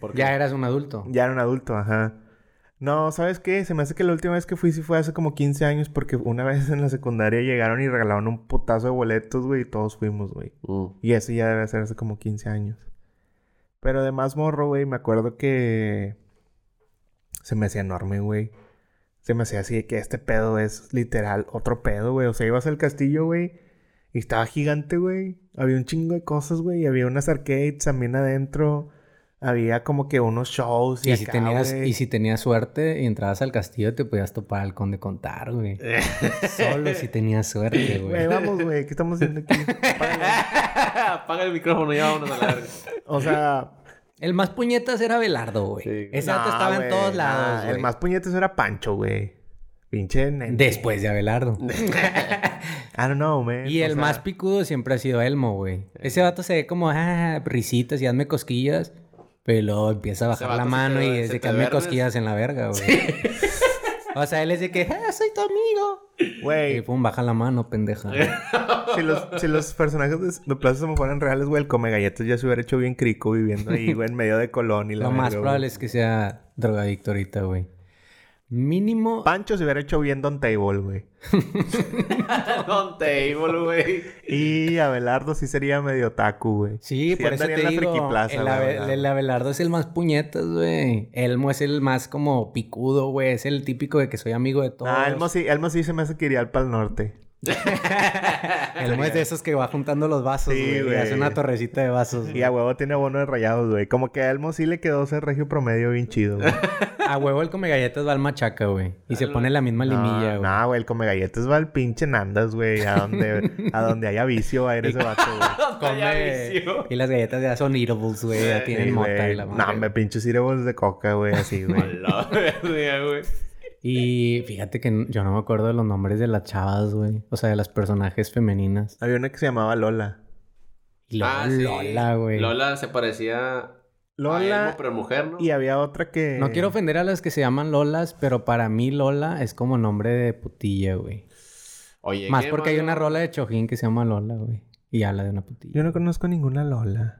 ¿Por qué?
Ya eras un adulto.
Ya era un adulto, ajá. No, ¿sabes qué? Se me hace que la última vez que fui sí fue hace como 15 años porque una vez en la secundaria llegaron y regalaron un putazo de boletos, güey, y todos fuimos, güey.
Mm.
Y eso ya debe ser hace como 15 años. Pero de más morro, güey, me acuerdo que se me hacía enorme, güey. Se me hacía así de que este pedo es literal otro pedo, güey. O sea, ibas al castillo, güey, y estaba gigante, güey. Había un chingo de cosas, güey. Había unas arcades también adentro. Había como que unos shows y,
Y si,
acá,
tenías,
güey.
y si tenías suerte y entrabas al castillo, te podías topar al conde contar, güey. Solo si tenías suerte,
Güey,
güey.
vamos, güey. ¿Qué estamos haciendo aquí?
Apaga el micrófono, ya vámonos a la verga.
o sea...
El más puñetas era Belardo, güey.
Sí, güey.
Ese dato
nah,
estaba en
güey,
todos lados,
nah.
güey.
El más puñetes era Pancho, güey. Pinche nene.
Después de Abelardo.
I don't know, man.
Y
O
el
sea,
más picudo siempre ha sido Elmo, güey. Ese vato se ve como, ah, risitas y hazme cosquillas. Pero luego empieza a bajar
vato
la
se te
mano
ve-
y
se
es de
te
que hazme
verdes".
cosquillas en la verga, güey. O sea, él es de que, ah, soy tu amigo. Y
Güey,
pum, baja la mano, pendeja.
si los, si los personajes de, de Plaza Sésamo fueran reales, güey, el come galletas ya se hubiera hecho bien crico viviendo ahí, güey, en medio de Colón y la
Lo más
verga, güey.
probable es que sea drogadicto ahorita, güey. Mínimo.
Pancho se hubiera hecho bien Don Table, güey.
Don Table, güey.
Y Abelardo sí sería medio taku, güey.
Sí, por eso
andaría
te
en la
digo.
Friki Plaza,
el,
la
Abe-
verdad.
el Abelardo es el más puñetas, güey. Elmo es el más como picudo, güey. Es el típico de que soy amigo de todos.
Ah, Elmo sí, Elmo sí se me hace que iría al Pal Norte.
Elmo es de esos que va juntando los vasos,
Sí,
güey. y
güey.
hace una torrecita de vasos.
Y
güey.
a huevo tiene abono de rayados, güey. Como que a Elmo sí le quedó ese regio promedio bien chido, güey.
A huevo el come galletas va al machaca, güey. Y se pone la misma limilla,
No,
güey.
no, güey, el come galletas va al pinche Nandas, güey. A donde, a donde haya vicio va a ir ese vato, güey.
Ya
Come...
vicio.
Y las galletas ya son eatables, güey. Ya tienen
Sí,
mota
güey.
y la madre.
No, me pinches cirebos de coca, güey, así,
A
güey.
la verga, güey.
Y fíjate que n- yo no me acuerdo de los nombres de las chavas, güey. O sea, de las personajes femeninas.
Había una que se llamaba Lola.
Y luego
Ah, sí.
Lola, güey.
Lola se parecía a
Lola
Elmo, pero mujer, ¿no?
y había otra que...
No quiero ofender a las que se llaman Lolas, pero para mí Lola es como nombre de putilla, güey.
Oye,
Más
qué
porque hay
malo.
una rola de Chojín que se llama Lola, güey. Y habla de una putilla.
Yo no conozco ninguna Lola.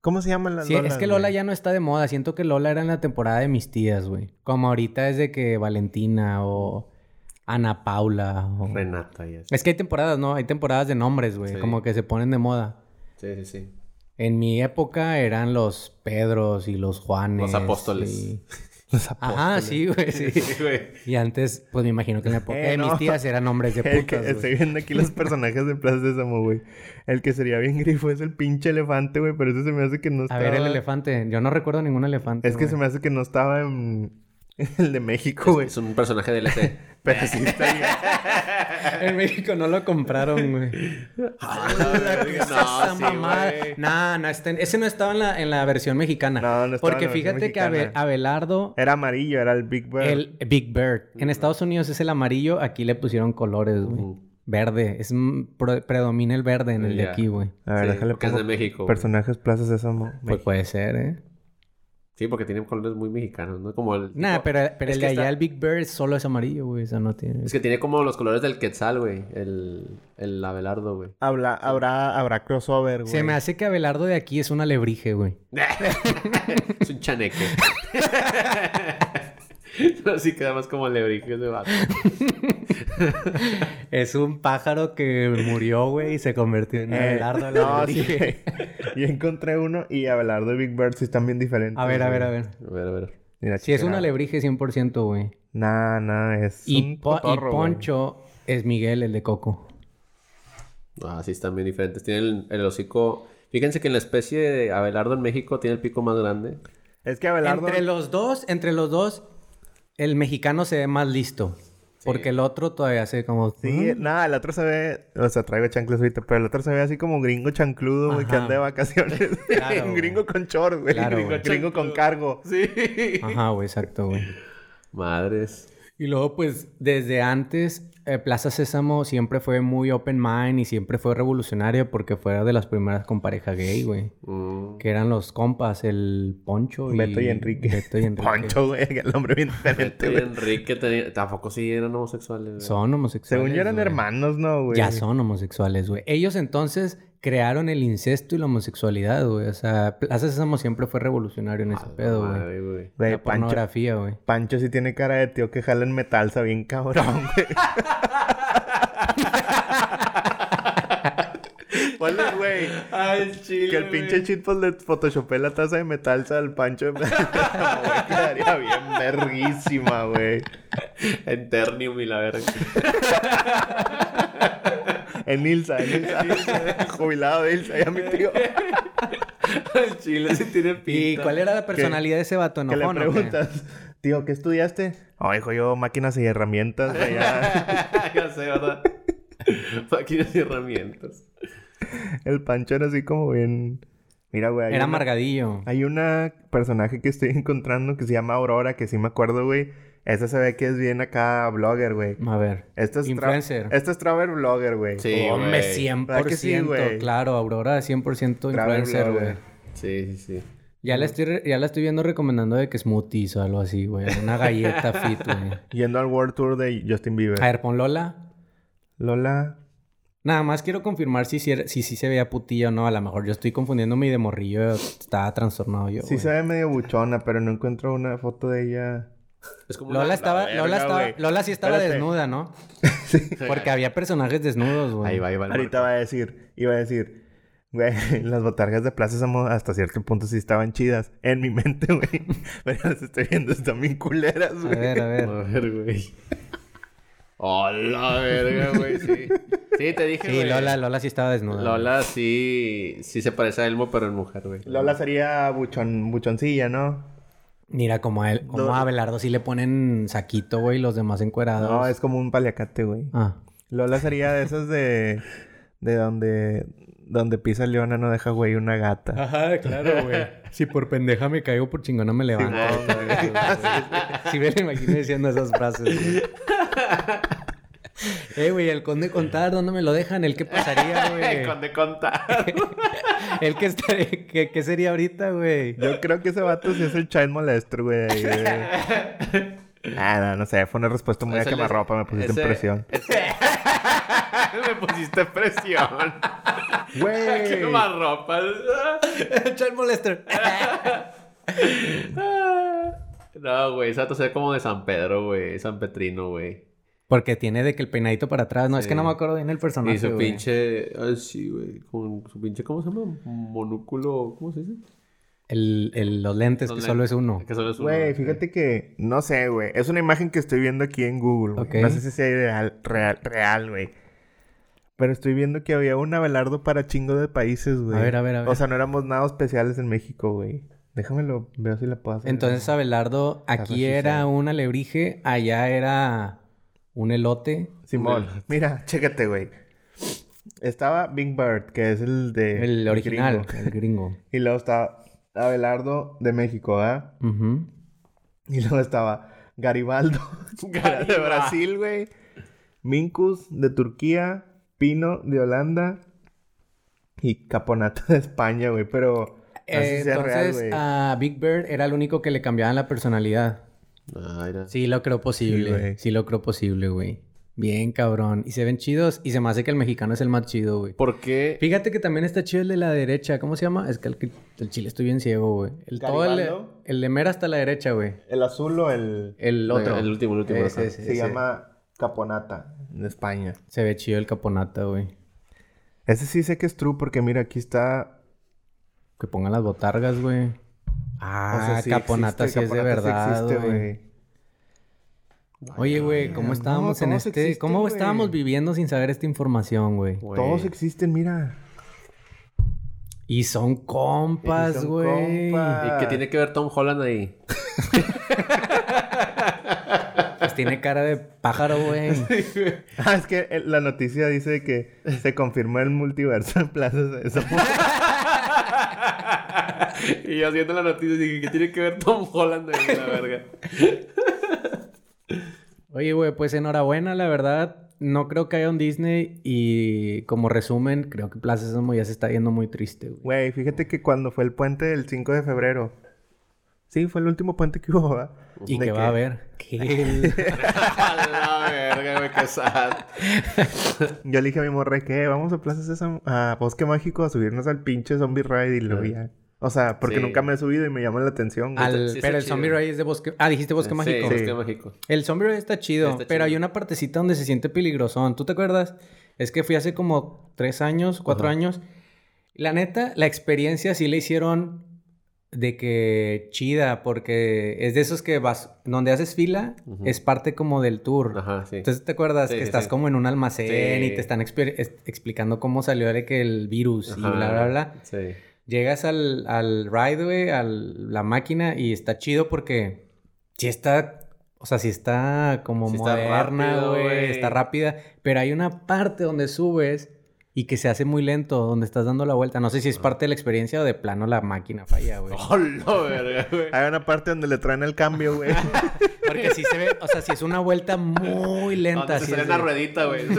¿Cómo se llaman las
Sí,
Lolas,
es que Lola
güey?
ya no está de moda. Siento que Lola era en la temporada de mis tías, güey. Como ahorita es de que Valentina o Ana Paula. o-
Renata, ya.
Es que hay temporadas, ¿no? Hay temporadas de nombres, güey.
Sí.
Como que se ponen de moda.
Sí, sí, sí.
En mi época eran los Pedros y los Juanes.
Los apóstoles.
y-
Los apóstoles.
Ajá, sí, güey, sí.
Sí, güey.
Y antes, pues me imagino que en la época
Eh,
de
no.
mis tías eran nombres de
El que-
putas,
estoy
güey.
viendo aquí los personajes de Plaza de Samo, güey. El que sería bien grifo es el pinche elefante, güey, pero ese se me hace que no
A
estaba...
ver, el elefante. Yo no recuerdo ningún elefante.
Es que
güey.
se me hace que no estaba en... El de México, güey.
Es un personaje de LC.
Pero sí está bien.
En México no lo compraron, güey.
verga. No,
Esa
sí,
mamada.
güey.
Nah, no está en- ese no estaba en la, en la versión mexicana.
No, no estaba
Porque
en la versión
fíjate que Abe-
mexicana. Eh,
Abelardo,
Era amarillo, era el Big Bird.
el Big Bird.
Mm.
En Estados Unidos es el amarillo, aquí le pusieron colores, güey. Verde. Es, mm, pro- predomina el verde en el de
Ya.
aquí, güey.
A ver,
Sí,
déjale
porque es
pongo
de México, güey.
Personajes Plaza Sésamo.
Pues puede ser, ¿eh?
Sí, porque tienen colores muy mexicanos, ¿no? Como el.
Nah,
tipo-
pero, pero
es
el
que
de allá,
está-
el Big Bird, solo es amarillo, güey. Eso no tiene.
Es que tiene como los colores del Quetzal, güey. El, el Abelardo, güey.
Habla, habrá, habrá crossover, güey.
Se me hace que Abelardo de aquí es un alebrije, güey.
es un chaneque. Así queda más como lebrige de vato.
Es un pájaro que murió, güey, y se convirtió en
Eh,
Abelardo
no, sí.
alebrije.
Yo encontré uno y Abelardo y Big Bird sí están bien diferentes.
A ver, a ver, a
güey.
ver.
A ver, a ver.
Mira,
Sí, es un
chichera.
alebrije 100%, güey.
Nah, nah, es
Y,
un
Po- y
cotorro, güey.
Poncho es Miguel, el de Coco.
Ah, sí, están bien diferentes. Tienen el, el hocico. Fíjense que en la especie de Abelardo en México tiene el pico más grande.
Es que Abelardo...
Entre los dos, entre los dos, el mexicano se ve más listo. Porque el otro todavía se ve como...
Sí,
"Mm".
nada, el otro se ve... O sea, traigo chanclas ahorita, pero el otro se ve así como gringo chancludo, güey, que
Ajá.
anda de vacaciones.
Claro,
un
güey.
gringo con short, güey.
Claro,
gringo,
güey.
gringo con cargo.
Sí.
Ajá, güey, exacto, güey.
Madres.
Y luego, pues, desde antes, eh, Plaza Sésamo siempre fue muy open mind y siempre fue revolucionario porque fue de las primeras con pareja gay, güey.
Mm.
Que eran los compas, el Poncho y...
Beto y Enrique.
Beto y Enrique.
Poncho, güey, el hombre bien diferente, güey.
Enrique tenía... Tampoco sí eran homosexuales. güey?
Son homosexuales.
Según yo eran
güey.
hermanos, ¿no, güey?
Ya son homosexuales, güey. Ellos entonces crearon el incesto y la homosexualidad, güey. O sea, Plaza Sésamo siempre fue revolucionario en ese
Ah,
pedo, güey.
madre, güey.
Güey,
La
Pancho,
pornografía, güey.
Pancho sí tiene cara de tío que jala en metalsa bien cabrón, güey. Ponle, güey. Que el pinche shitpost le photoshopé la taza de metalsa al Pancho. güey, quedaría bien verguísima, güey.
Enternium y la verga.
En Ilsa, en Ilsa. Jubilado de Ilsa, ya mi tío.
el chile sí tiene
¿Y
pinta.
cuál era la personalidad de ese vato
que le
enojón? o qué?
preguntas, tío, ¿qué estudiaste? Oh, hijo, yo máquinas y herramientas. güey, ya.
ya sé, ¿verdad? Máquinas y herramientas.
El Pancho era así como bien... Mira, güey. hay
Era
una-
amargadillo.
Hay una personaje que estoy encontrando que se llama Aurora, que sí me acuerdo, güey. Esa se ve que es bien acá blogger, güey.
A ver.
Esta es... tra-
Influencer.
Esta es travel blogger, güey.
Sí,
Hombre,
güey.
100%.
¿Verdad que sí, güey?
claro, Aurora 100%
Travel
influencer,
blogger.
güey.
Sí, sí, sí.
Ya, la estoy re- ya la estoy viendo recomendando de que smoothies o algo así, güey. Una galleta fit, güey.
Yendo al World Tour de Justin Bieber.
A ver, pon Lola.
Lola...
Nada más quiero confirmar si sí era- si, sí se veía putilla o no. A lo mejor yo estoy confundiéndome y de morrillo estaba trastornado yo.
Sí
güey.
se ve medio buchona, pero no encuentro una foto de ella.
Es como
Lola
una-
estaba,
verga,
Lola estaba,
güey.
Lola sí estaba
Espérate.
desnuda, ¿no? Porque había personajes desnudos, güey.
Ahí va, ahí va. el
Ahorita va a decir, iba a decir, güey, las botargas de Plaza Sésamo hasta cierto punto sí estaban chidas en mi mente, güey. Pero las estoy viendo, están bien culeras,
A
güey.
ver, a ver.
A ver, güey. Hola, Oh, verga, güey, sí. Sí, te dije,
Sí,
güey.
Lola, Lola sí estaba desnuda.
Lola sí, sí se parece a Elmo, pero en mujer, güey.
Ah.
Lola sería buchon, buchoncilla, ¿no?
Mira, como a él, como
Lola.
a Abelardo sí le ponen saquito, güey, y los demás encuerados.
No, es como un paliacate, güey.
Ah.
Lola sería de esas de... De donde... Donde pisa leona no deja, güey, una gata.
Ajá, claro, güey. Si por pendeja me caigo, por chingona me levanto.
Ah,
Si me lo imaginé diciendo esas frases, güey. Eh, güey, el conde contar, ¿dónde me lo dejan? ¿El qué pasaría,
Eh,
güey?
Con de contar.
¿El qué, estaría- qué- qué sería ahorita, güey?
Yo creo que ese vato sí es el child molester, güey. ahí, güey. Ah, no, no sé. Fue una respuesta muy a
Ese le-
quemarropa. Me pusiste
ese-
en presión.
Me pusiste presión.
Güey.
Qué ropa.
Charles Molester.
No, güey, esa se ve como de San Pedro, güey. San Petrino, güey.
Porque tiene de que el peinadito para atrás. No, es que no me acuerdo bien el personaje,
Y su
güey.
pinche. Ay, sí, güey. Con su pinche, ¿cómo se llama? Monúculo. ¿Cómo se dice?
El, el- los lentes, que
Los
solo
lentes.
es uno.
Que solo es uno.
Güey, fíjate que... No sé, güey. Es una imagen que estoy viendo aquí en Google, güey.
Ok.
No sé si sea ideal, real, real, güey. Pero estoy viendo que había un Abelardo para chingo de países, güey.
A ver, a ver, a ver.
O sea, no éramos nada especiales en México, güey. Déjamelo, veo si la puedo hacer.
Entonces Abelardo aquí
Carlos
era
Gisela.
un alebrije, allá era un elote.
Simón, mira, chécate, güey. Estaba Big Bird, que es Eh, el de...
El original,
gringo.
el gringo.
Y luego estaba Abelardo de México, ¿ah?
Ujú.
Y luego estaba Garibaldo, que era de
Gariba.
Brasil, güey. Minkus de Turquía, Pino de Holanda y Caponata de España, güey. Pero no sé si sea real,
Entonces ah,
güey.
a Big Bird era el único que le cambiaban la personalidad.
Ay, no.
Sí, lo creo
Sí,
posible.
güey.
Sí, lo creo posible, güey. Bien, cabrón. Y se ven chidos. Y se me hace que el mexicano es el más chido, güey.
¿Por qué?
Fíjate que también está chido el de la derecha. ¿Cómo se llama? Es que el, el chile estoy bien ciego, güey. El, todo el,
¿Garibaldo?
el de mera hasta la derecha, güey.
El azul o el...
El otro.
El último, el último.
Ese,
ajá.
ese,
se
ese.
llama Caponata de España.
Se ve chido el caponata, güey.
Ese sí sé que es true porque mira, aquí está...
Que pongan las botargas, güey. Ah, caponata sí es de verdad, güey. Oye, güey, ¿cómo
no,
estábamos en
todos
este...
existen,
¿Cómo
güey.
estábamos viviendo sin saber esta información, güey?
Güey.
Todos existen, mira.
Y son compas,
Y son
güey.
compas.
¿Y qué tiene que ver Tom Holland ahí?
Pues tiene cara de pájaro, güey.
Ah, es que eh, la noticia dice que se confirmó el multiverso en plazas de esa
y yo haciendo la noticia dije, ¿qué tiene que ver Tom Holland ahí, la verga?
Oye, güey, pues enhorabuena, la verdad. No creo que haya un Disney y como resumen, creo que Plaza Sésamo ya se está yendo muy triste, güey.
Güey, fíjate que cuando fue el puente del 5 de febrero. Sí, fue el último puente que hubo, ¿verdad?
Y
Pues, De
que va a haber.
la verga, güey, qué sad.
Yo le dije a mi morre que vamos a Plaza Sésamo, a Bosque Mágico a subirnos al pinche Zombie Ride y lo vi ya. O sea, porque
Sí.
nunca me he subido y me llama la atención. güey.
Al-
Sí, está
pero el
chido.
Zombie Ray es de Bosque... Ah, dijiste Bosque Mágico.
Sí,
Sí.
Bosque Mágico.
El Zombie Ray está chido,
Está
pero
chido.
hay una partecita donde se siente peligrosón. ¿Tú te acuerdas? Es que fui hace como tres años, cuatro
Ajá.
años. La neta, la experiencia sí le hicieron de que chida, porque es de esos que vas, donde haces fila,
Ujú.
es parte como del tour.
Ajá, sí.
Entonces, ¿te acuerdas
Sí,
que
sí,
estás
sí.
como en un almacén
Sí.
y te están exper- es- explicando cómo salió de que el virus y
Ajá,
bla, bla, bla?
Sí.
Llegas al, al ride, güey, a la máquina y está chido porque sí está, o sea, sí está como
Sí está
moderna,
rápido,
güey,
güey.
está rápida, pero hay una parte donde subes y que se hace muy lento, donde estás dando la vuelta. No sé
Ah.
si es parte de la experiencia o de plano la máquina falla, güey.
Hola, verga, güey.
Hay una parte donde le traen el cambio, güey.
Porque sí se ve, o sea, sí es una vuelta muy lenta.
Antes
sí
sale
es
una
de-
ruedita, güey.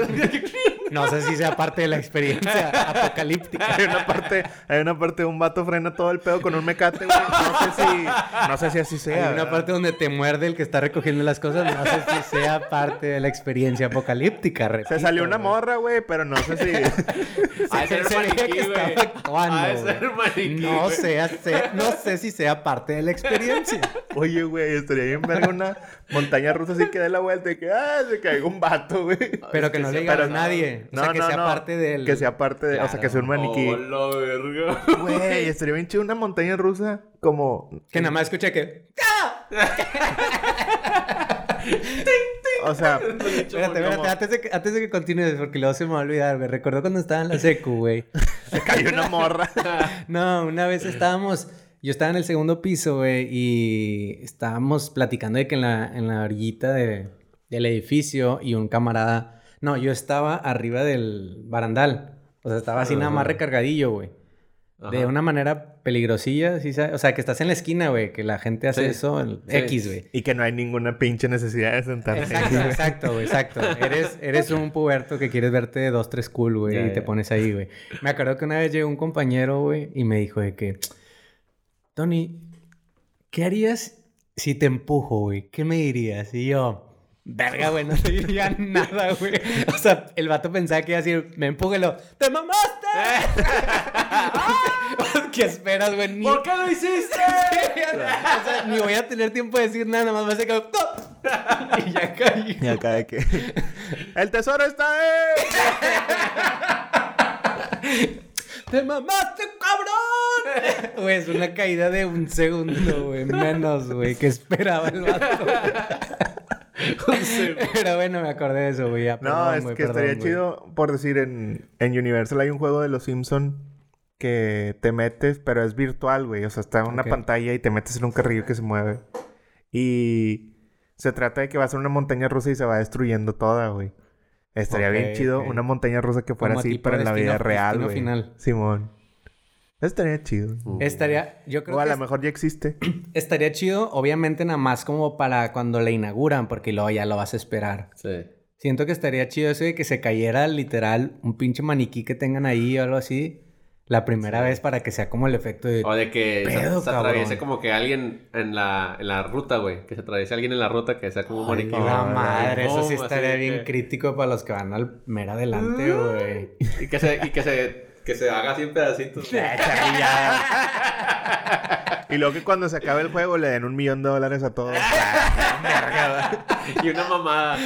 No sé si sea parte de la experiencia apocalíptica.
Hay una parte, hay una parte de un vato frena todo el pedo con un mecate, güey. No sé si, no sé si así sea.
Hay una
¿verdad?
parte donde te muerde el que está recogiendo las cosas. No sé si sea parte de la experiencia apocalíptica.
Se
repito,
salió una
güey.
morra, güey, pero no sé si.
Ha de ser
Se veía
maniquí,
Ah, que estaba
güey.
actuando,
Ha de ser
güey.
maniquí,
No
güey.
sé, sé- no sé si sea parte de la experiencia.
Oye, güey, estaría bien verga una montaña rusa así que dé la vuelta y que ah, se caiga un vato, güey.
Pero que no le digan a nadie. O sea, que sea parte del...
Que sea parte de. O sea, que sea un
Claro. Oh,
maniquí.
Hola, verga.
Güey, estaría bien chido una montaña rusa como.
Que nada más escuché que...
O sea,
Espérate, espérate, antes de que, antes de que continúes, porque luego se me va a olvidar, güey. Recuerdo cuando estaba en la secu, güey.
se cayó una morra.
No, una vez estábamos, yo estaba en el segundo piso, güey, y estábamos platicando de que en la, en la orillita de- del edificio y un camarada, no, yo estaba arriba del barandal, o sea, estaba así nada más
Ajá.
recargadillo, güey. De
Ajá.
una manera peligrosilla, ¿sí sabes? o sea, que estás en la esquina, güey, que la gente hace
Sí.
eso, el
Sí.
X, güey.
Y que no hay ninguna pinche necesidad de sentarse.
Exacto, exacto, güey, exacto. Eres, eres un puberto que quieres verte de dos, tres cool, güey,
Ya,
y te
ya.
pones ahí, güey. Me acuerdo que una vez llegó un compañero, güey, y me dijo de que, Tony, ¿qué harías si te empujo, güey? ¿Qué me dirías? Y yo, verga, güey, no te diría nada, güey. O sea, el vato pensaba que iba a decir, me empújelo, ¡te mamaste! ¿Qué esperas, güey? Ni...
¿Por qué lo hiciste?
O sea, ni voy a tener tiempo de decir nada, nada más va a ser como... ¡top! Y ya caí.
Y acá de que. ¡El tesoro está ahí!
¡Te mamaste, cabrón! Güey, es una caída de un segundo, güey. Menos, güey, que esperaba el vato. Pero bueno, me acordé de eso, güey. ya,
No,
perdón,
es
güey,
que
perdón,
estaría
güey.
chido, por decir, en, en Universal hay un juego de los Simpson que te metes, pero es virtual, güey. O sea, está en una
Ok.
pantalla y te metes en un carrillo que se mueve. Y se trata de que vas a una montaña rusa y se va destruyendo toda, güey. Estaría bien
Ok,
chido
ok.
una montaña rusa que fuera
Como
así,
tipo
pero en la
Destino-
vida real,
Destino
güey.
Final.
Simón. Estaría chido.
Mm.
Estaría, yo creo
O a
que
lo mejor ya existe.
estaría chido, obviamente, nada más como para cuando la inauguran, porque luego ya lo vas a esperar.
Sí.
Siento que estaría chido eso de que se cayera literal un pinche maniquí que tengan ahí o algo así la primera vez para que sea como el efecto de.
O de que se-
Pedo,
se, atraviese
cabrón.
como que alguien en la, en la ruta, güey. Que se atraviese alguien en la ruta que sea como un maniquí.
Ay,
güey.
la madre, eso sí
Boom, así
estaría
de
bien
que-
crítico para los que van al mera adelante, güey.
Y que se, y que se, que se haga así en pedacitos. güey.
Ah, y luego que cuando se acabe el juego le den un millón de dólares a todos.
y y una mamada.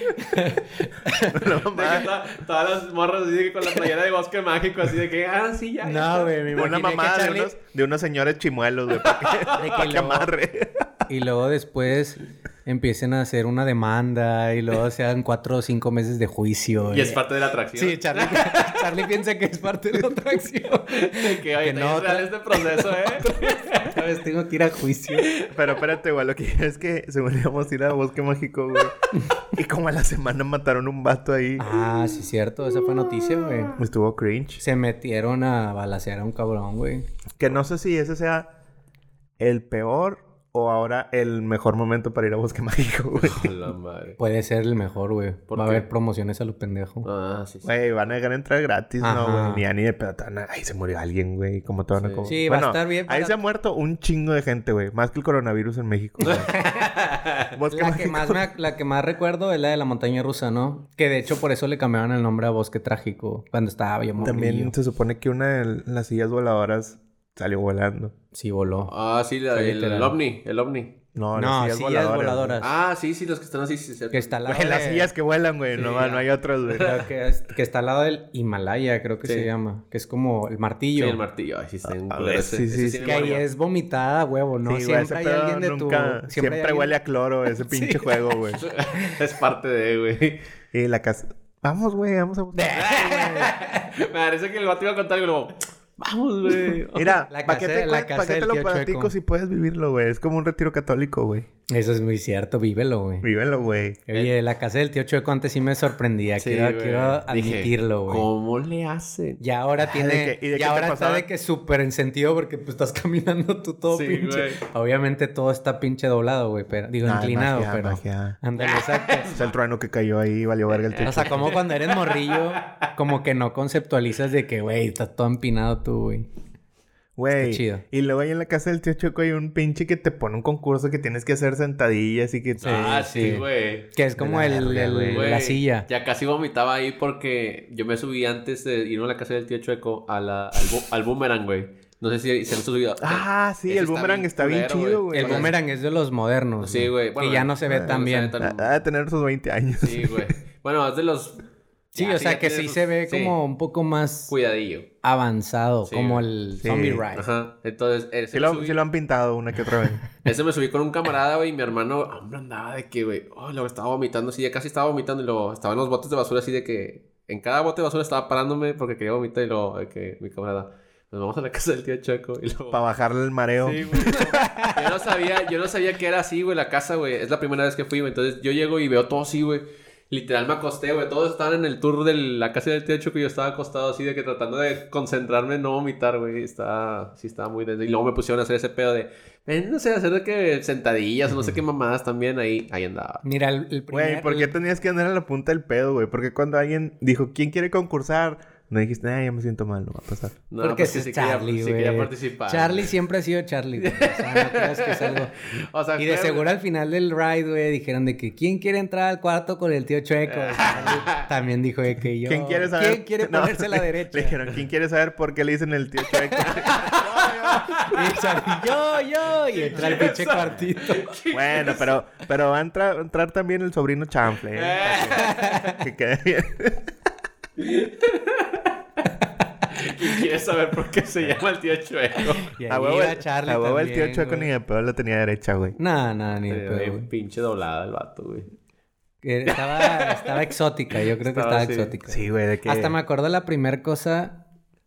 De que to- todas las morras así de que con la playera de bosque mágico, así de que, ah, sí, ya.
No, güey, me
Una
imaginé
mamada
que
de
Charlie...
unos, de unos señores chimuelos, güey. Para que, para que
luego-
amarre.
Y luego después empiecen a hacer una demanda y luego se dan cuatro o cinco meses de juicio.
Y es
eh.
parte de la atracción.
Sí, Charlie, Charlie piensa que es parte de la atracción.
De que, oye,
Que
que
no,
no, es real este proceso, ¿eh?
¿Sabes? Tengo que ir a juicio.
Pero espérate, güey. Lo que es que según íbamos a ir a Bosque Mágico, güey. Y como a la semana mataron un vato ahí.
Ah, sí, cierto. Esa fue noticia, güey.
Estuvo cringe.
Se metieron a balasear a un cabrón, güey.
Que no sé si ese sea el peor o ahora el mejor momento para ir a Bosque Mágico, güey.
A la madre.
Puede ser el mejor, güey.
¿Por
Va a
qué?
haber promociones a lo pendejo.
Ah, sí, sí.
Güey, van a dejar entrar gratis,
Ajá.
¿no, güey? Ni a ni de pelotana. Ay, se murió alguien, güey. ¿Cómo te van a
Sí.
cobrar?
Sí, va a estar bien
Ahí
barato.
se ha muerto un chingo de gente, güey. Más que el coronavirus en México. güey. Bosque
La que,
Mágico.
más me ac- la que más recuerdo es la de la montaña rusa, ¿no? Que de hecho por eso le cambiaron el nombre a Bosque Trágico cuando estaba bien morrillo.
También se supone que una de las sillas voladoras salió volando.
Sí, voló.
Ah, sí, la,
Fue
el,
literal.
el ovni, el ovni.
No,
No,
Ah, las sillas,
sillas
voladoras.
voladoras.
Ah, sí, sí, los que están así, sí, cierto.
Que está al lado
güey. Güey, las
de-
sillas que vuelan, güey.
Sí,
no,
ya.
no hay otras, güey.
creo que, es- que está al lado del Himalaya, creo que
Sí.
se llama. Que es como el
Sí,
martillo.
el martillo. Ay, sí, está en
Ah,
A
culero
ver,
ese.
sí,
Ese
sí,
me
Que ahí
murió.
es vomitada, huevo, ¿no?
Sí, güey,
siempre
ese
hay
pedo
alguien de tu...
nunca-
hay
Siempre,
alguien-
huele a cloro ese pinche juego, güey.
Es parte de, güey.
Y la casa... Vamos, güey, vamos a...
Me parece que el vato iba a contar y luego... Vamos, güey.
Mira,
La
¿para qué
casa-
te,
la
cuen-
casa
pa' qué
del
te lo
tío
platico
Chueco.
si puedes vivirlo, güey? Es como un retiro católico, güey.
Eso es muy cierto, vívelo, güey.
Vívelo, güey.
Oye, la casa del tío Chueco antes sí me sorprendía.
Sí,
quiero,
güey.
quiero
Dije,
admitirlo, güey.
¿Cómo le hacen?
Ya ahora
Ah, ¿de
tiene.
qué- y de
y
qué te
ahora está
pasaba?
de que súper en sentido porque pues estás caminando tú todo
Sí,
pinche.
güey.
Obviamente todo está pinche doblado, güey. Pero, digo,
Ah,
inclinado,
magia,
pero.
magia.
Ándale, exacto.
O sea, el trueno que cayó ahí valió verga el
O
techo.
sea, como cuando eres morrillo, como que no conceptualizas de que, güey, estás todo empinado tú, güey.
Güey.
está chido.
Y luego ahí en la casa del tío Choco hay un pinche que te pone un concurso que tienes que hacer sentadillas y que...
ah,
sí.
sí, güey.
Que es como
la
el,
verga,
el-
güey.
la
Güey,
silla.
Ya casi vomitaba ahí porque yo me subí antes de irme a la casa del tío Chueco a la, al, bu- al boomerang, güey. No sé si se han subido.
Ah, sí,
Ese
el
está
boomerang
bien
está bien
culero,
chido,
güey.
güey.
El
Bueno,
boomerang es de los modernos.
Sí, güey. Bueno,
que ya no se ve
no
tan
se
bien.
ve tan-
Ha de tener sus 20 años.
Sí, güey. Bueno, es de los.
Sí,
Ya,
o sea
ya
que
tiene
sí
sus-
se ve
sí,
como un poco más
Cuidadillo.
avanzado,
Sí,
como
güey.
el
Sí.
Zombie Ride.
Ajá. Entonces, ese
Sí
me
lo,
subí-
sí lo han pintado una que otra vez.
Ese me subí con un camarada, güey, y mi hermano, hombre, andaba de que, güey, oh, lo estaba vomitando, sí, ya casi estaba vomitando, y lo estaba en los botes de basura, así de que en cada bote de basura estaba parándome porque quería vomitar, y lo, de que mi camarada, nos vamos a la casa del "Pues tío Chaco, y luego.
para bajarle el mareo.
Sí, güey. Yo no sabía, yo no sabía que era así, güey, la casa, güey. Es la primera vez que fui, güey. Entonces yo llego y veo todo así, güey. Literal me acosté, güey. Todos estaban en el tour de la casa del techo que yo estaba acostado así de que tratando de concentrarme en no vomitar, güey. Estaba, sí estaba muy denso. Y luego me pusieron a hacer ese pedo de, eh, no sé, hacer de que sentadillas o no sé qué mamadas también ahí, ahí andaba.
Mira, el, el primer...
Güey, ¿por qué tenías que andar a la punta del pedo, güey? Porque cuando alguien dijo, ¿quién quiere concursar? No dijiste, ah, yo me siento mal, no va a pasar.
No,
porque
pues,
ese
sí
es
quería-
Charlie,
sí
güey.
quería participar.
Charlie siempre ha sido Charlie, güey. O sea, no creas que es algo...
O sea,
Y de
fue-
seguro al final del ride, güey, dijeron de que ¿quién quiere entrar al cuarto con el tío Chueco? Charlie También dijo de que yo...
¿Quién quiere saber?
¿Quién quiere
No,
ponerse a la
le-
derecha?
Le dijeron, ¿quién quiere saber por qué le dicen el tío chueco?
Y Charlie, yo, yo. Y entra al pinche cuartito.
bueno, pero, pero va a entrar, entrar también el sobrino chanfle. ¿eh? Para Que, que quede bien.
¿Quién quiere saber por qué se llama el tío Chueco?
Y ahí
A huevo,
iba
el-
Charlie
a huevo el tío
también,
chueco
güey.
ni de pedo la tenía derecha, güey.
No, no, ni de
Eh,
pedo,
güey,
güey.
pinche doblada el vato, güey.
Que Estaba, estaba exótica, yo creo que estaba
Estaba así.
exótica.
Sí, güey, de que...
Hasta me acuerdo la primera cosa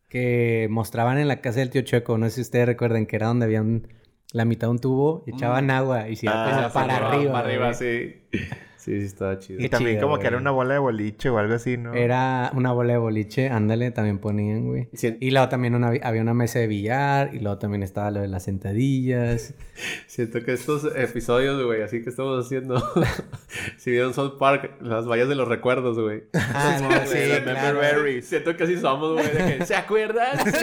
que mostraban en la casa del tío Chueco. No sé si ustedes recuerdan que era donde había un- la mitad de un tubo y
Mm.
echaban agua y se iba
Ah,
como
sí,
para
Para
arriba.
Para arriba,
güey.
sí. Sí, sí, estaba chido.
Y
Qué
también
chido,
como que
güey.
era una bola de boliche o algo así, ¿no?
Era una bola de boliche, ándale, también ponían, güey.
Sí.
Y luego también una- había una mesa de billar y luego también estaba lo de las sentadillas.
Siento que estos episodios, güey, así que estamos haciendo. si vieron South Park, las vallas de los recuerdos, güey.
Ah, no,
Sí,
sí,
remember
claro.
berries.
Siento que así somos, güey. de que, ¿Se acuerdan?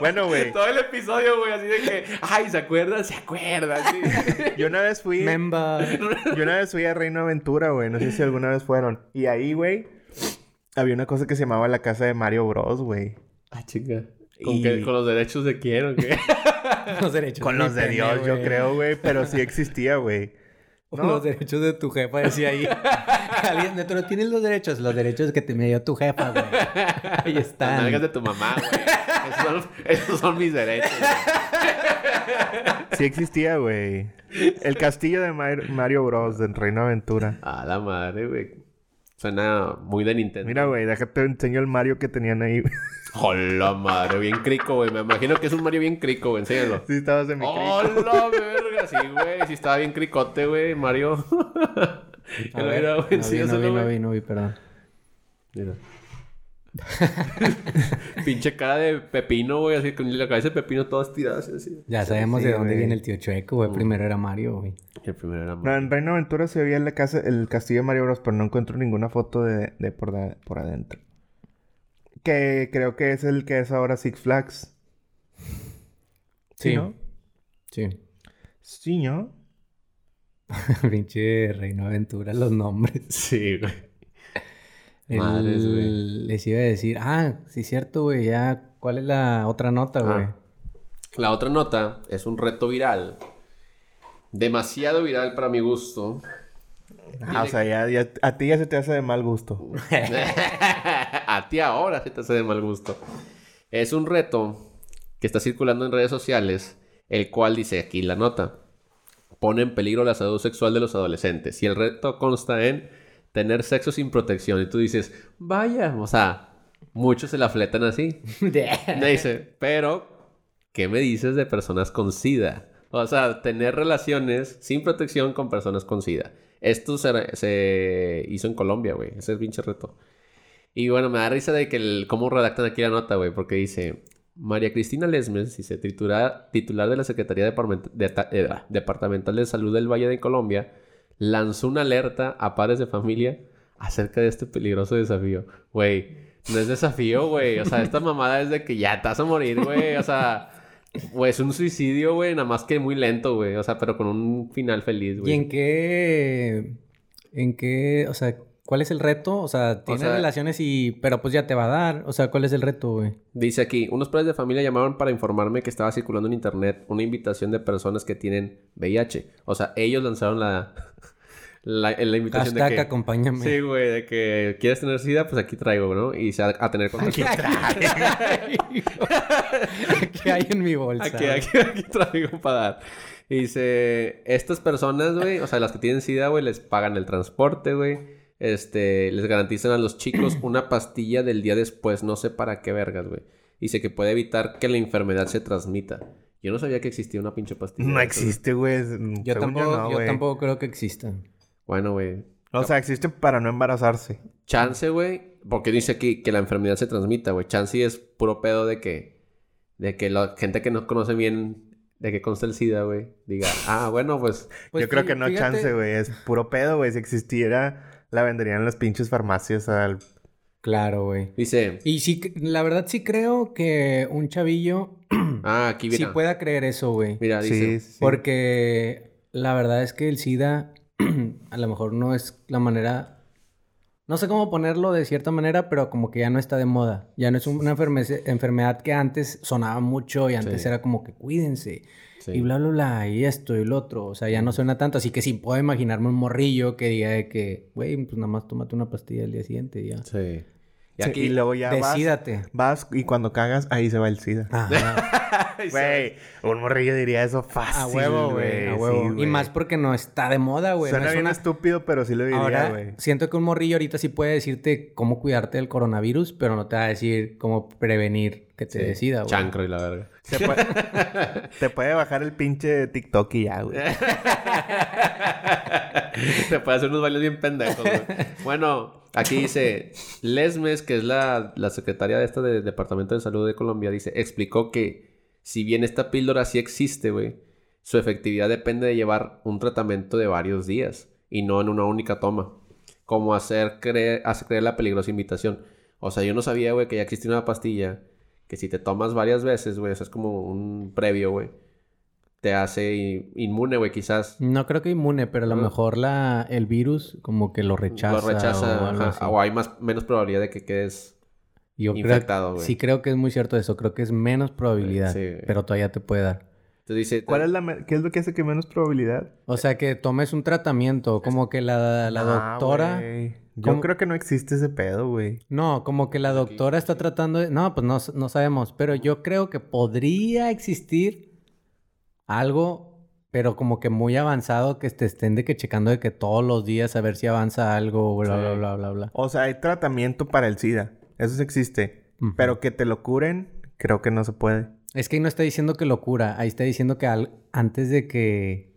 Bueno, güey,
Todo el episodio, güey, así de que, ay, ¿se acuerdan? ¿Se acuerdan? Sí.
yo una vez fui...
Member.
Yo una vez fui a Reino Aventura, güey. No sé si alguna vez fueron. Y ahí, güey, había una cosa que se llamaba la casa de Mario Bros, güey.
Ah, chinga. ¿Con,
Y-
qué- ¿Con los derechos de quién o qué?
Los derechos.
Con
ni
los de
pene,
Dios, yo
güey.
creo, güey. Pero sí existía, güey.
O
No.
Los derechos de tu jefa, decía ahí. Alguien dentro no tienes los derechos, los derechos que te me dio tu jefa, güey. Ahí
Las nalgas de
están.
tu mamá, güey. Esos son, esos son mis derechos. güey.
Sí existía, güey. El castillo de Mar- Mario Bros. en Reino Aventura.
A la madre, güey. Suena muy de Nintendo.
Mira, güey, déjate enseño el Mario que tenían ahí.
Hola madre, bien crico, güey. Me imagino que es un Mario bien crico, güey. Enséñalo.
sí, estabas en mi crico.
Hola, verga. Sí, güey. Sí, estaba bien cricote, güey. Mario.
A
Mira,
ver,
mira,
no
güey,
vi, no
enséñaselo,
vi, no
güey.
vi, no vi, perdón.
Mira. Pinche cara de pepino, güey. Así con la cabeza de pepino toda estirada. Así, así.
Ya sabemos
sí,
de dónde
güey.
viene el tío Chueco, güey. Uh. Primero era Mario, güey.
El primero era
No,
Mario.
en Reino Aventura se veía la casa, el castillo de Mario Bros, pero no encuentro ninguna foto de, de por, da- por adentro. Que creo que es el que es ahora Six Flags.
Sí.
¿no?
Sí.
Sí, ¿no?
Pinche Reino Aventura, los nombres.
Sí, güey.
El-
Madres, güey.
Les iba a decir, ah, sí, cierto, güey, ya, ¿cuál es la otra nota, güey?
Ah. La otra nota es un reto viral. Demasiado viral para mi gusto.
Ah, o sea, ya, ya- a ti ya se te hace de mal gusto.
A ti ahora se te hace de mal gusto. Es un reto que está circulando en redes sociales, el cual dice aquí la nota. Pone en peligro la salud sexual de los adolescentes. Y el reto consta en tener sexo sin protección. Y tú dices, vaya, o sea, muchos se la fletan así. Me dice, pero, ¿qué me dices de personas con SIDA? O sea, tener relaciones sin protección con personas con SIDA. Esto se, se hizo en Colombia, güey. Ese es pinche reto. Y bueno, me da risa de que el, cómo redactan aquí la nota, güey, porque dice... María Cristina Lesmes, dice, titular, titular de la Secretaría Departament- de Ta- eh, Departamental de Salud del Valle de Colombia, lanzó una alerta a padres de familia acerca de este peligroso desafío. Güey, no es desafío, güey. O sea, esta mamada es de que ya te vas a morir, güey. O sea, güey, es un suicidio, güey, nada más que muy lento, güey. O sea, pero con un final feliz,
¿Y
güey.
en qué, en qué, o sea, cuál es el reto? O sea, tienes
sea-
relaciones y, pero pues ya te va a dar, o sea, ¿cuál es el reto, güey?
Dice aquí, unos padres de familia llamaron para informarme que estaba circulando en internet una invitación de personas que tienen VIH. O sea, ellos lanzaron la, la, la invitación
Hashtag
de que...
acompáñame.
Sí, güey, de que quieres tener sida, pues aquí traigo, ¿no? Y se- a, a tener contacto.
¿Qué hay en mi bolsa?
Aquí, aquí, aquí traigo para dar. Y dice, estas personas, güey, o sea, las que tienen SIDA, güey, les pagan el transporte, güey. Este, les garantizan a los chicos una pastilla del día después, no sé para qué vergas, güey. Dice que puede evitar que la enfermedad se transmita. Yo no sabía que existía una pinche pastilla.
No
de esas.
existe, güey. Según
Yo, tampoco,
no,
yo
güey.
tampoco creo que existan.
Bueno, güey.
O sea, existe para no embarazarse.
Chance, güey, porque dice aquí que la enfermedad se transmita, güey. Chance es puro pedo de que, de que la gente que no conoce bien, de que consta el SIDA, güey, diga, ah, bueno, pues
Pues
Yo creo
fí-
que no
fíjate-
chance, güey. Es puro pedo, güey. Si existiera, la venderían en las pinches farmacias al...
Claro, güey.
dice,
Y sí, que- la verdad sí creo que un chavillo
ah, aquí
sí
viene.
pueda creer eso, güey.
Mira, dice,
Sí, sí.
Porque la verdad es que el SIDA a lo mejor no es la manera... No sé cómo ponerlo de cierta manera, pero como que ya no está de moda. Ya no es una enferme- enfermedad que antes sonaba mucho y antes
Sí.
era como que cuídense.
sí.
Y bla, bla, bla, y esto y lo otro. O sea, ya no suena tanto. Así que sí puedo imaginarme un morrillo que diga de que, güey, pues nada más tómate una pastilla el día siguiente y ya.
Sí. Y
Sí,
aquí
y luego ya vas,
Decídate.
vas y cuando cagas, ahí se va el SIDA.
Ajá.
Güey, un morrillo diría eso fácil,
a huevo, güey. A
sí,
huevo. y
güey.
más porque no está de moda, güey. No
Suena
es
bien
una-
estúpido, pero sí lo diría,
Ahora,
güey.
siento que un morrillo ahorita sí puede decirte cómo cuidarte del coronavirus, pero no te va a decir cómo prevenir que te decida, güey.
Chancro y la verga.
Se puede- Te puede bajar el pinche TikTok y ya, güey.
Te puede hacer unos bailes bien pendejos, güey. Bueno, aquí dice Lesmes, que es la, la secretaria de esta del Departamento de Salud de Colombia, dice, explicó que si bien esta píldora sí existe, güey, su efectividad depende de llevar un tratamiento de varios días y no en una única toma. Como hacer creer, hace creer la peligrosa invitación. O sea, yo no sabía, güey, que ya existía una pastilla que si te tomas varias veces, güey, eso es como un previo, güey. Te hace in- inmune, güey, quizás.
No creo que inmune, pero a lo
Ajá.
mejor la, el virus como que lo rechaza.
lo rechaza
o algo
ajá,
así.
o hay más menos probabilidad de que quedes
Yo creo-
infectado, güey.
sí creo que es muy cierto eso. Creo que es menos probabilidad,
Sí, güey.
pero todavía te puede dar.
Entonces dice...
¿Cuál es la me- ¿Qué es lo que hace que menos probabilidad?
O sea, que tomes un tratamiento, como que la, la
Ah,
doctora...
Ah, güey. Yo
¿Cómo?
creo que no existe ese pedo, güey.
No, como que la doctora está tratando de... No, pues no, s- no sabemos, pero yo creo que podría existir algo, pero como que muy avanzado, que te estén de que checando de que todos los días a ver si avanza algo, bla,
Sí.
bla, bla, bla, bla.
O sea, hay tratamiento para el SIDA. Eso sí existe.
Ujú.
Pero que te lo curen, creo que no se puede.
Es que ahí no está diciendo que locura, ahí está diciendo que al- antes de que...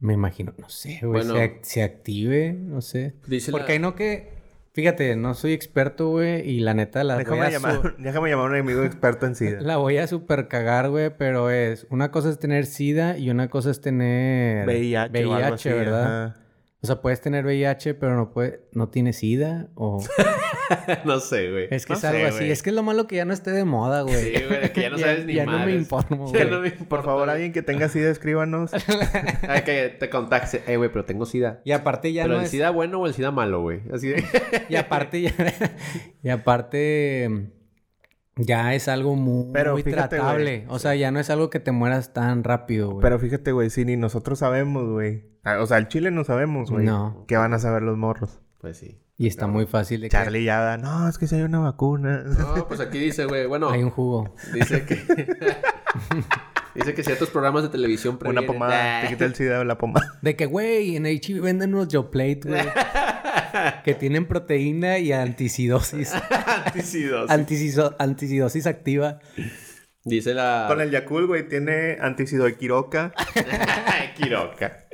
Me imagino, no sé, güey,
Bueno.
se, ac- se active, no sé.
Dice la-
Porque ahí no que... Fíjate, no soy experto, güey, y la neta la... voy
Déjame
a su-
llamar, déjame llamar a un amigo experto en SIDA.
La voy a super cagar, güey, pero es... Una cosa es tener SIDA y una cosa es tener...
VIH, o algo así,
¿verdad?
ajá.
O sea, puedes tener VIH, pero no puede... ¿No tienes SIDA? O...
no sé, güey.
Es que
No
es algo
sé,
así.
güey.
Es que es lo malo que ya no esté de moda, güey.
Sí, güey, que ya no sabes ni
Ya no me
madres.
informo,
Ya
güey.
no me importa,
Por favor,
güey.
alguien que tenga SIDA, escríbanos.
Ay, que te contacte. Eh, güey, pero tengo sida.
Y aparte ya
pero
no
el
es...
sida bueno o el sida malo, güey. Así de...
Y aparte ya... y aparte... Ya es algo muy,
Pero
muy
fíjate, güey.
tratable. O sea, ya no es algo que te mueras tan rápido, güey.
Pero fíjate, güey, si ni nosotros sabemos, güey. Ah, O sea, el chile no sabemos, güey.
No.
¿Qué van a saber los morros?
Pues sí.
Y está muy fácil de que
Charlie ya da, no, es que si hay una vacuna.
No, pues aquí dice, güey, bueno,
hay un jugo.
dice que... dice que ciertos programas de televisión
una
previenen-
pomada,
Ah.
te quita el SIDA o la pomada.
De que, güey, en HB venden unos Joplate, güey. que tienen proteína y anticidosis.
Anticidos.
Anticiso- anticidosis activa.
Dice la...
Con el Yakul, güey, tiene antisidoquiroca.
Ay, Quiroca.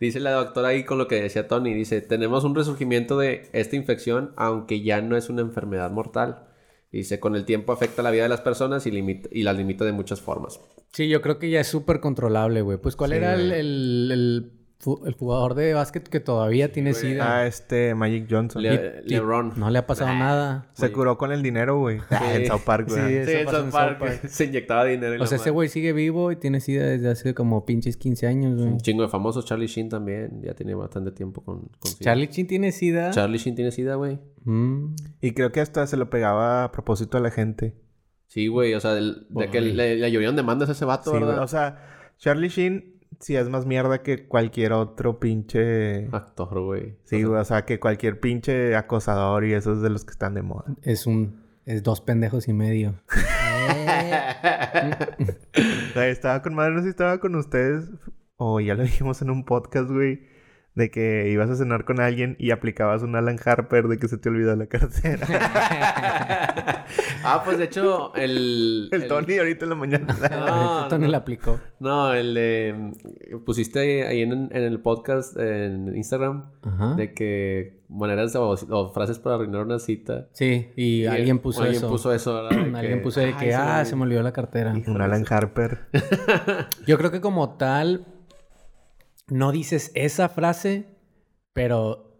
Dice la doctora ahí con lo que decía Tony, dice, tenemos un resurgimiento de esta infección, aunque ya no es una enfermedad mortal. Dice, con el tiempo afecta la vida de las personas y, limita, y las limita de muchas formas.
Sí, yo creo que ya es súper controlable, güey. Pues, ¿cuál
Sí,
era el,
güey.
el- el fu- el jugador de básquet que todavía tiene
Ah,
sida?
este, Magic Johnson.
Y-
Le-
y
LeBron.
No le ha pasado nada.
Se curó con el dinero, güey. en South Park, güey.
Sí. eso
en
pasa en
South Park,
South Park.
se inyectaba dinero en
O
la
sea, ese
mano.
güey sigue vivo y tiene sida desde hace como pinches 15 años, güey.
Un chingo de famosos. Charlie Sheen también. Ya tiene bastante tiempo con, con sida.
Charlie Chin tiene sida.
Charlie Sheen tiene sida, güey.
Mm.
Y creo que hasta se lo pegaba a propósito a la gente.
Sí, güey. O sea, del- de que
Ay.
le, le llovieron demandas a ese vato,
Sí, güey.
¿verdad?
O sea, Charlie Sheen sí es más mierda que cualquier otro
Ah,
pinche...
Actor, güey.
Sí, güey. O sea, que cualquier pinche acosador y esos de los que están de moda.
Es un... Es dos pendejos y medio. Eh,
Güey, estaba con madre, no sé si estaba con ustedes. O ya lo dijimos en un podcast, güey. De que ibas a cenar con alguien y aplicabas un Alan Harper de que se te olvidó la cartera.
ah, pues de hecho, el...
el Tony ahorita en la mañana.
Ah, No,
Tony
no.
la aplicó.
No, el de... mm, Pusiste ahí en, en el podcast, en Instagram,
Ajá.
de que maneras o, o frases para arruinar una cita.
Sí, y, alguien puso
alguien
eso.
puso eso, ¿verdad? De
alguien
que,
puso de
"Ay,
que, ah, se me
olvidó".
olvidó la cartera.
un Alan Harper.
Yo creo que como tal, no dices esa frase, pero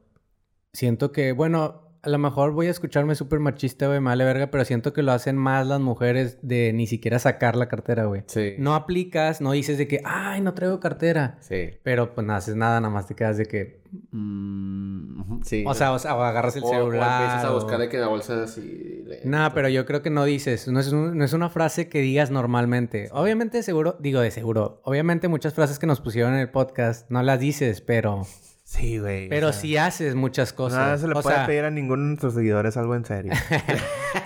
siento que, bueno, a lo mejor voy a escucharme súper machista, güey, mala verga, pero siento que lo hacen más las mujeres de ni siquiera sacar la cartera, güey.
Sí.
No aplicas, no dices de que, ay, no traigo cartera.
Sí.
Pero pues no haces nada, nada más te quedas de que...
Mm, ujú, sí.
O sea, o, sea, o agarras el
O- o
celular.
empiezas a
o-
buscar de que la bolsa así. le-
No, pero yo creo que no dices, no es, un- no es una frase que digas normalmente. Obviamente, seguro, digo de seguro, obviamente muchas frases que nos pusieron en el podcast no las dices, pero,
Sí, güey.
pero
o sea,
sí haces muchas cosas.
No se le
O
puede
sea,
pedir a ninguno de nuestros seguidores algo en serio.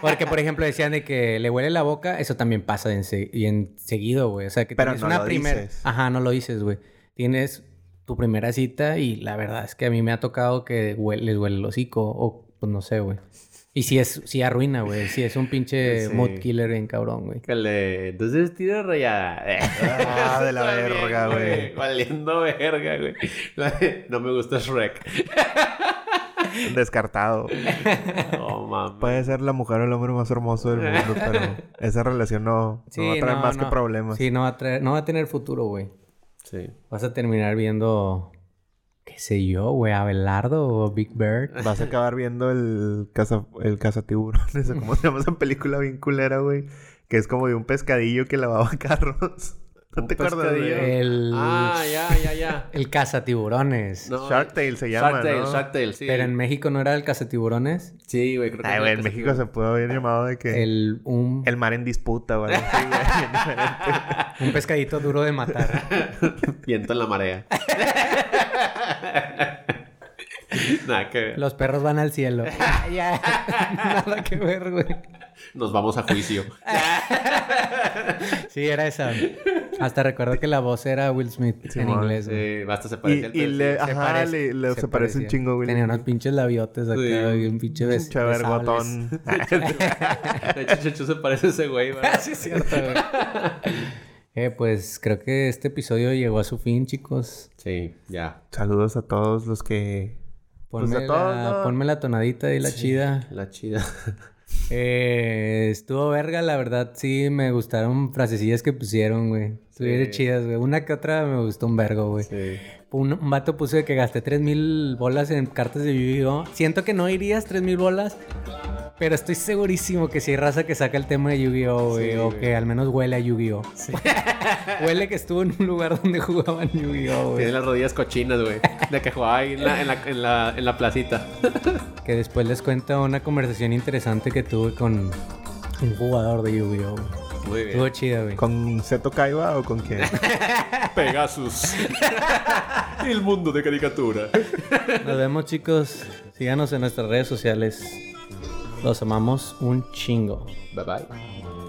porque, por ejemplo, decían de que le huele la boca, eso también pasa en se- y en seguido, güey. O sea, que
Pero
tienes
no
una
lo
primera...
dices.
Ajá, no lo dices, güey. Tienes tu primera cita y la verdad es que a mí me ha tocado que hue- les huele el hocico o pues no sé, güey. Y si es, si arruina, güey. Si es un pinche
Sí.
mood killer en cabrón, güey.
Que le- Entonces tira rayada.
Ah, de la
También,
verga, güey.
Valiendo verga, güey. La de, No me gusta Shrek.
Descartado.
No mames.
Puede ser la mujer o el hombre más hermoso del mundo, pero esa relación no, no va a traer
no,
más
no.
que problemas.
Sí, no va a, traer- no va a tener futuro, güey.
Sí.
Vas a terminar viendo, qué sé yo, güey, Abelardo o Big Bird.
Vas a acabar viendo el caza, el cazatiburones, o como se llama esa película vinculera, güey. Que es como de un pescadillo que lavaba carros. ¿No te acuerdas de
pescadillo.
El,
Ah, ya, ya, ya.
el cazatiburones.
No,
Shark Tale se llama,
Shark Tale,
¿no?
Shark Tale, sí.
Pero en México no era el cazatiburones.
Sí, güey, creo que
Ay,
era
güey,
el
en
que se-
México se pudo haber llamado de que... El,
El, un,
mar en disputa, güey. Sí, güey.
un pescadito duro de matar.
Viento en la marea. Nada que ver.
Los perros van al cielo. Ah, ya. Nada que ver, güey.
Nos vamos a juicio.
Sí, era esa. Hasta recuerdo que la voz era Will Smith en
man,
inglés, güey.
Sí, Eh, basta, se parece al
y, y le...
perfil.
Se
Ajá,
parece-
le, le- se, parece un
parecía.
chingo, güey.
Tenía unos pinches labiotes acá
Sí.
y un pinche
Un
bes
chavergotón.
De hecho, Chechu se parece a ese güey, ¿verdad?
Así Ah, es cierto, güey. Eh, pues creo que este episodio llegó a su fin, chicos.
Sí, ya.
Saludos a todos los que... Pues,
Ponme,
de todos,
la,
¿no?
ponme la tonadita y la chida.
La chida.
Eh, estuvo verga, la verdad. Sí, me gustaron frasecillas que pusieron, güey. Estuvieron chidas, güey. Una que otra me gustó un vergo, güey.
Sí.
Un, un vato puso de que gasté 3000 bolas en cartas de Yu-Gi-Oh. Siento que no irías 3000 bolas, pero estoy segurísimo que si hay raza que saca el tema de Yu-Gi-Oh, güey,
Sí,
o
güey.
que al menos huele a Yu-Gi-Oh. huele que estuvo en un lugar donde jugaban Yu-Gi-Oh,
Tiene
güey.
las rodillas cochinas, güey. De que jugaba ahí en la, en la, en la, en la placita.
Que después les cuento una conversación interesante que tuve con un jugador de Yu-Gi-Oh. güey.
Muy bien.
Estuvo chido, güey.
¿Con Seto Kaiba o con quién?
Pegasus. El mundo de caricatura.
Nos vemos, chicos. Síganos en nuestras redes sociales. Los amamos un chingo.
Bye bye.